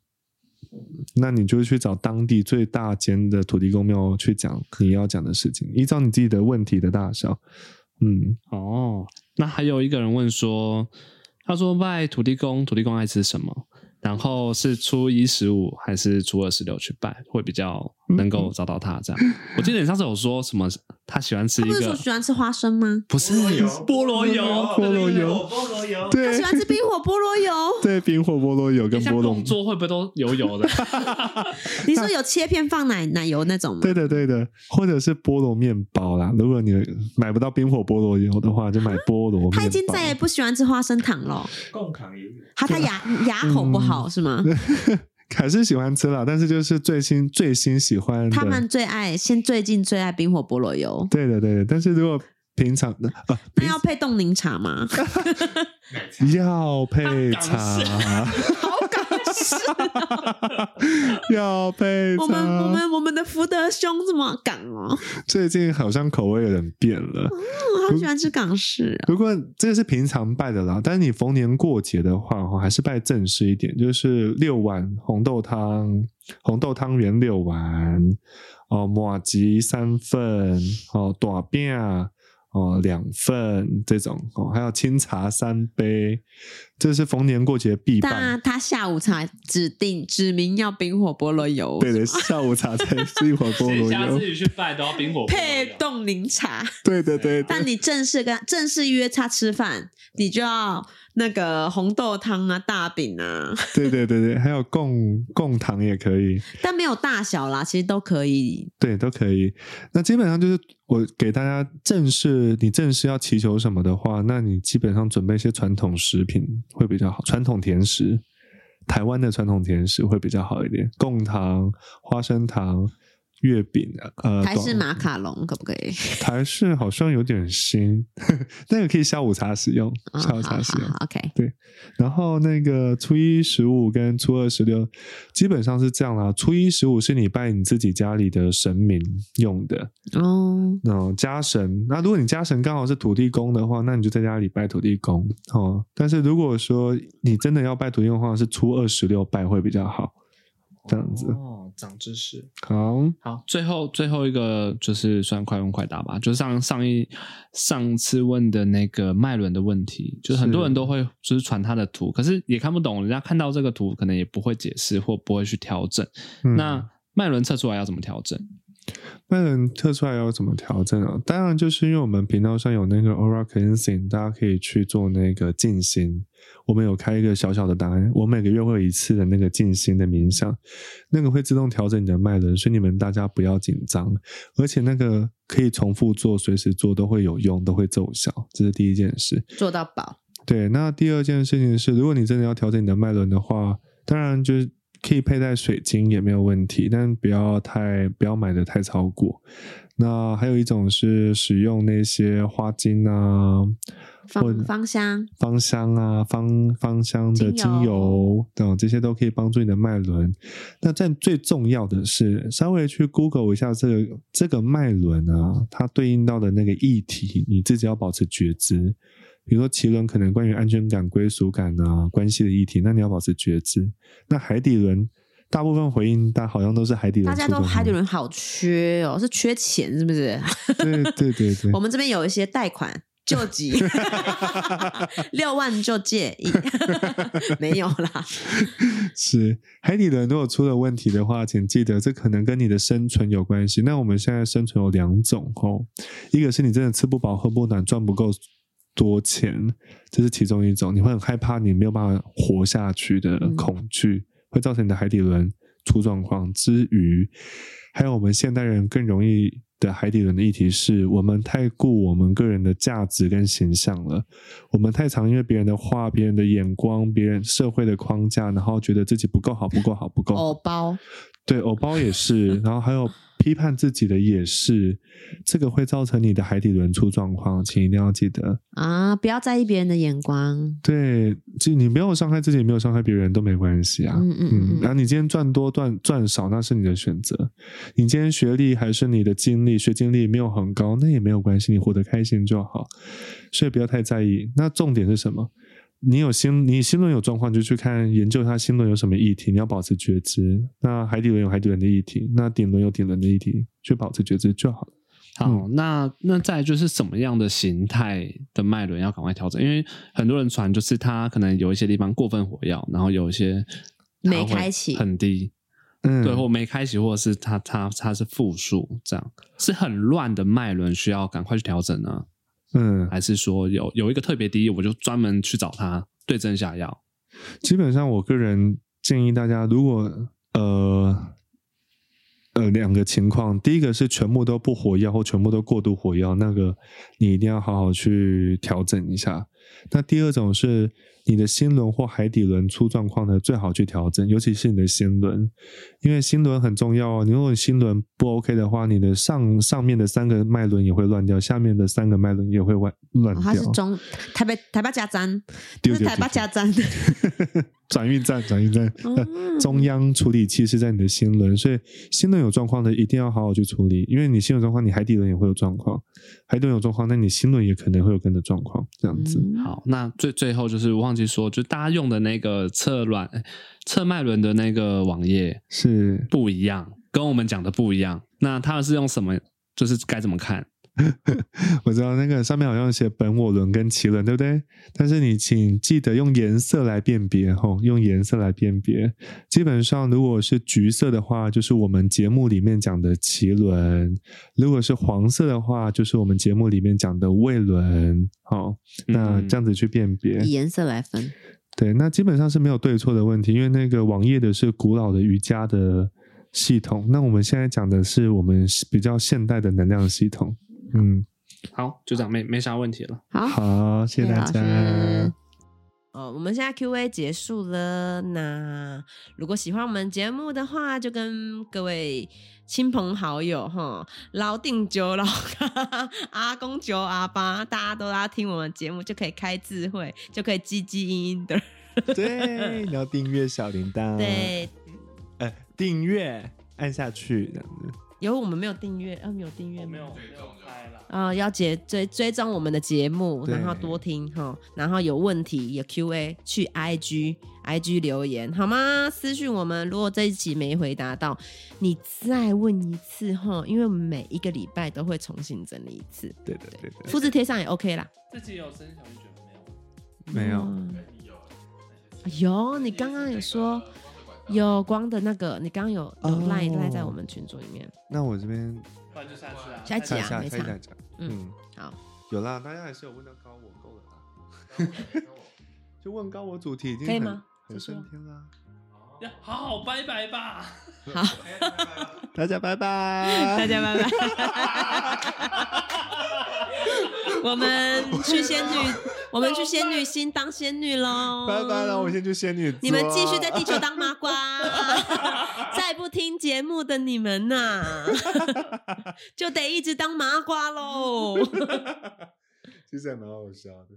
那你就去找当地最大间的土地公庙去讲你要讲的事情，依照你自己的问题的大小。嗯，
哦，那还有一个人问说，他说拜土地公，土地公爱吃什么？然后是初一十五还是初二十六去拜，会比较能够找到他这样。我记得你上次有说什么，他喜欢吃
他
一
不是说
个，
喜欢吃花生吗？
不是
菠萝油
菠
对
萝油
对对我菠萝油，
他
对
喜欢吃冰火菠萝 油。
对，冰火菠萝油跟
像
菠萝
动作会不会都油油 的？
你说有切片放奶奶油那种吗？
对的，对的，或者是菠萝面包啦。如果你买不到冰火菠萝油的话，就买菠萝面包。
他已经再也不喜欢吃花生糖了。
共糖也有，
他他牙牙口不好是
嗯
吗？
还是喜欢吃啦，但是就是最新最新喜欢的。
他们最爱现最近最爱冰火菠萝油，
对的，对的。但是如果平常的啊，
那要配冻柠茶吗？
奶茶
要配 茶，
好搞笑！
要配茶。
我们我们我们的福德兄这么港哦，
最近好像口味有点变了。
我好喜欢吃港式哦。
如果这是平常拜的啦，但是你逢年过节的话，哈，还是拜正式一点，就是六碗红豆汤、红豆汤圆六碗，哦，马吉三份，哦，短饼哦两份这种，哦，还有清茶三杯，这是逢年过节必
他
办。
他下午茶指定指明要冰火菠萝油，
对的，下午茶才是一火
所
菠
以
萝
下
油
次。你去拜都要冰火菠萝
配
油。
冻柠茶。
对的，对的，
但你正式跟正式约他吃饭，你就要那个红豆汤啊、大饼啊，
对对对对，还有贡贡糖也可以。
但没有大小啦，其实都可以。
对，都可以。那基本上就是我给大家正式，你正式要祈求什么的话，那你基本上准备一些传统食品会比较好，传统甜食，台湾的传统甜食会比较好一点，贡糖、花生糖、月饼，呃，
台式
短
马卡龙可不可以？
台式好像有点腥， 那个可以下午茶使用，
啊
下
好好
午茶使用
好。，OK。
然后那个初一十五跟初二十六基本上是这样啦，初一十五是你拜你自己家里的神明用的。
哦，
嗯，家神。那如果你家神刚好是土地公的话，那你就在家里拜土地公哦。但是如果说你真的要拜土地公的话，是初二十六拜会比较好。这样子
哦，长知识。
好，嗯
好，最后最后一个就是算快问快答吧，就是上上一上次问的那个脉轮的问题，就是很
是
多人都会就是传他的图，可是也看不懂，人家看到这个图可能也不会解释或不会去调整。
嗯、
那脉轮测出来要怎么调整？
那人测出来要怎么调整啊？当然就是因为我们频道上有那个 Aura Cleansing，大家可以去做那个静心。我们有开一个小小的档案，我每个月会有一次的那个静心的冥想，那个会自动调整你的脉轮，所以你们大家不要紧张，而且那个可以重复做，随时做都会有用，都会奏效，这是第一件事。
做到饱。
对，那第二件事情是，如果你真的要调整你的脉轮的话，当然就是可以佩戴水晶也没有问题，但不要太不要买的太超过。那还有一种是使用那些花精啊，或
芳芳香，
芳香啊、芳芳香的
精
精
油
油等，这些都可以帮助你的脉轮。那但最重要的是，稍微去 Google 一下这个这个脉轮啊，它对应到的那个议题，你自己要保持觉知。比如说脐轮可能关于安全感、归属感啊、关系的议题，那你要保持觉知。那海底轮大部分回应，大好像都是海底
大
轮出
家
的哈，
都海底轮好缺哦，是缺钱是不是？
对。对对对
我们这边有一些贷款救 急，六万就借 一，没有 啦。
是海底轮如果出了问题的话，请记得这可能跟你的生存有关系。那我们现在生存有两种哦，一个是你真的吃不饱、喝不暖、赚不够多钱，这是其中一种，你会很害怕你没有办法活下去的
嗯
恐惧，会造成你的海底轮出状况。之余，还有我们现代人更容易。的海底轮的议题是我们太顾我们个人的价值跟形象了，我们太常因为别人的话、别人的眼光、别人社会的框架，然后觉得自己不够好、不够好、不够好。
偶包，
对，偶包也是，然后还有批判自己的也是，这个会造成你的海底轮出状况，请一定要记得。
啊，不要在意别人的眼光。
对，就你没有伤害自己，没有伤害别人都没关系啊。
嗯嗯嗯
然后你今天赚多赚赚少，那是你的选择。你今天学历还是你的经历，学经历没有很高，那也没有关系，你活得开心就好。所以不要太在意。那重点是什么？你有心，你心轮有状况，就去看研究它心轮有什么议题，你要保持觉知。那海底轮有海底轮的议题，那顶轮有顶轮的议题，去保持觉知就好了。
好，
嗯
那那再来就是什么样的形态的脉轮要赶快调整，因为很多人传就是他可能有一些地方过分火药，然后有一些它
没
会
开启
很低，
嗯，
对，或没开启，或者是它它它是负数，这样是很乱的脉轮，需要赶快去调整呢，
嗯，
还是说有有一个特别低，我就专门去找它对症下药？
基本上，我个人建议大家，如果呃呃两个情况，第一个是全部都不火药或全部都过度火药，那个你一定要好好去调整一下。那第二种是你的心轮或海底轮出状况呢，最好去调整，尤其是你的心轮，因为心轮很重要哦。你如果心轮不 OK 的话，你的上上面的三个脉轮也会乱掉，下面的三个脉轮也会乱乱
哦
掉。
它是中台北台北加站，这
对
是
对
台
对
北加站。
转运站，转运站，
哦
呃，中央处理器是在你的心轮，所以心轮有状况的一定要好好去处理，因为你心轮有状况，你海底轮也会有状况，海底轮有状况，那你心轮也可能会有跟着状况，这样子。
嗯
好，那最最后就是我忘记说，就大家用的那个测卵测脉轮的那个网页
是，
不一样，跟我们讲的不一样。那他是用什么？就是该怎么看？
我知道那个上面好像写本我轮跟脐轮，对不对？但是你请记得用颜色来辨别，吼，用颜色来辨别。基本上如果是橘色的话，就是我们节目里面讲的脐轮；如果是黄色的话，就是我们节目里面讲的胃轮，好。那这样子去辨别。
嗯
以颜色来分，
对，那基本上是没有对错的问题，因为那个网页的是古老的瑜伽的系统，那我们现在讲的是我们比较现代的能量系统。嗯，
好，就这样，没没啥问题了。
好，
好，谢谢大
谢老
家
师。
哦，我们现在 Q&A 结束了。那如果喜欢我们节目的话，就跟各位亲朋好友哈，老定九老阿公九阿爸，大家都要听我们节目，就可以开智慧，就可以唧唧嘤嘤的。
对，你要订阅小铃铛，，
对，
呃，订阅按下去，这样子
有我们没有订阅，啊，没有订阅
我
吗
哦没有没有拍啦。
啊、要解追追踪我们的节目，
对
然后多听哈，然后有问题有 Q&A 去 IG IG 留言好吗？私讯我们，如果这一期没回答到，你再问一次哈，因为我们每一个礼拜都会重新整理一次，
对的，对的，
复制贴上也 OK 啦。
自己有生小鱼卷吗没有？哎
没
嗯
有
有
有啊
你刚刚有说有光的那个，你刚刚有
哦
有赖赖、在我们群组里面，
那我这边
不然就下次啊，
下一集
看一
啊
下，
没
看一
差
下讲，
嗯
嗯，
好，
有啦，大家还是有问到高我够了啦， 就问高我主题已经
可以
很
吗啊
很
结束
升
了
天啦。
要好好拜拜吧。
大家拜拜，
大家拜 拜。我们去仙 女，我们去仙女星当仙女喽！
拜拜了，我先去仙女座。
你们继续在地球当麻瓜。
啊
听节目的你们 呐、就得一直当麻瓜喽。
其实还蛮好笑的。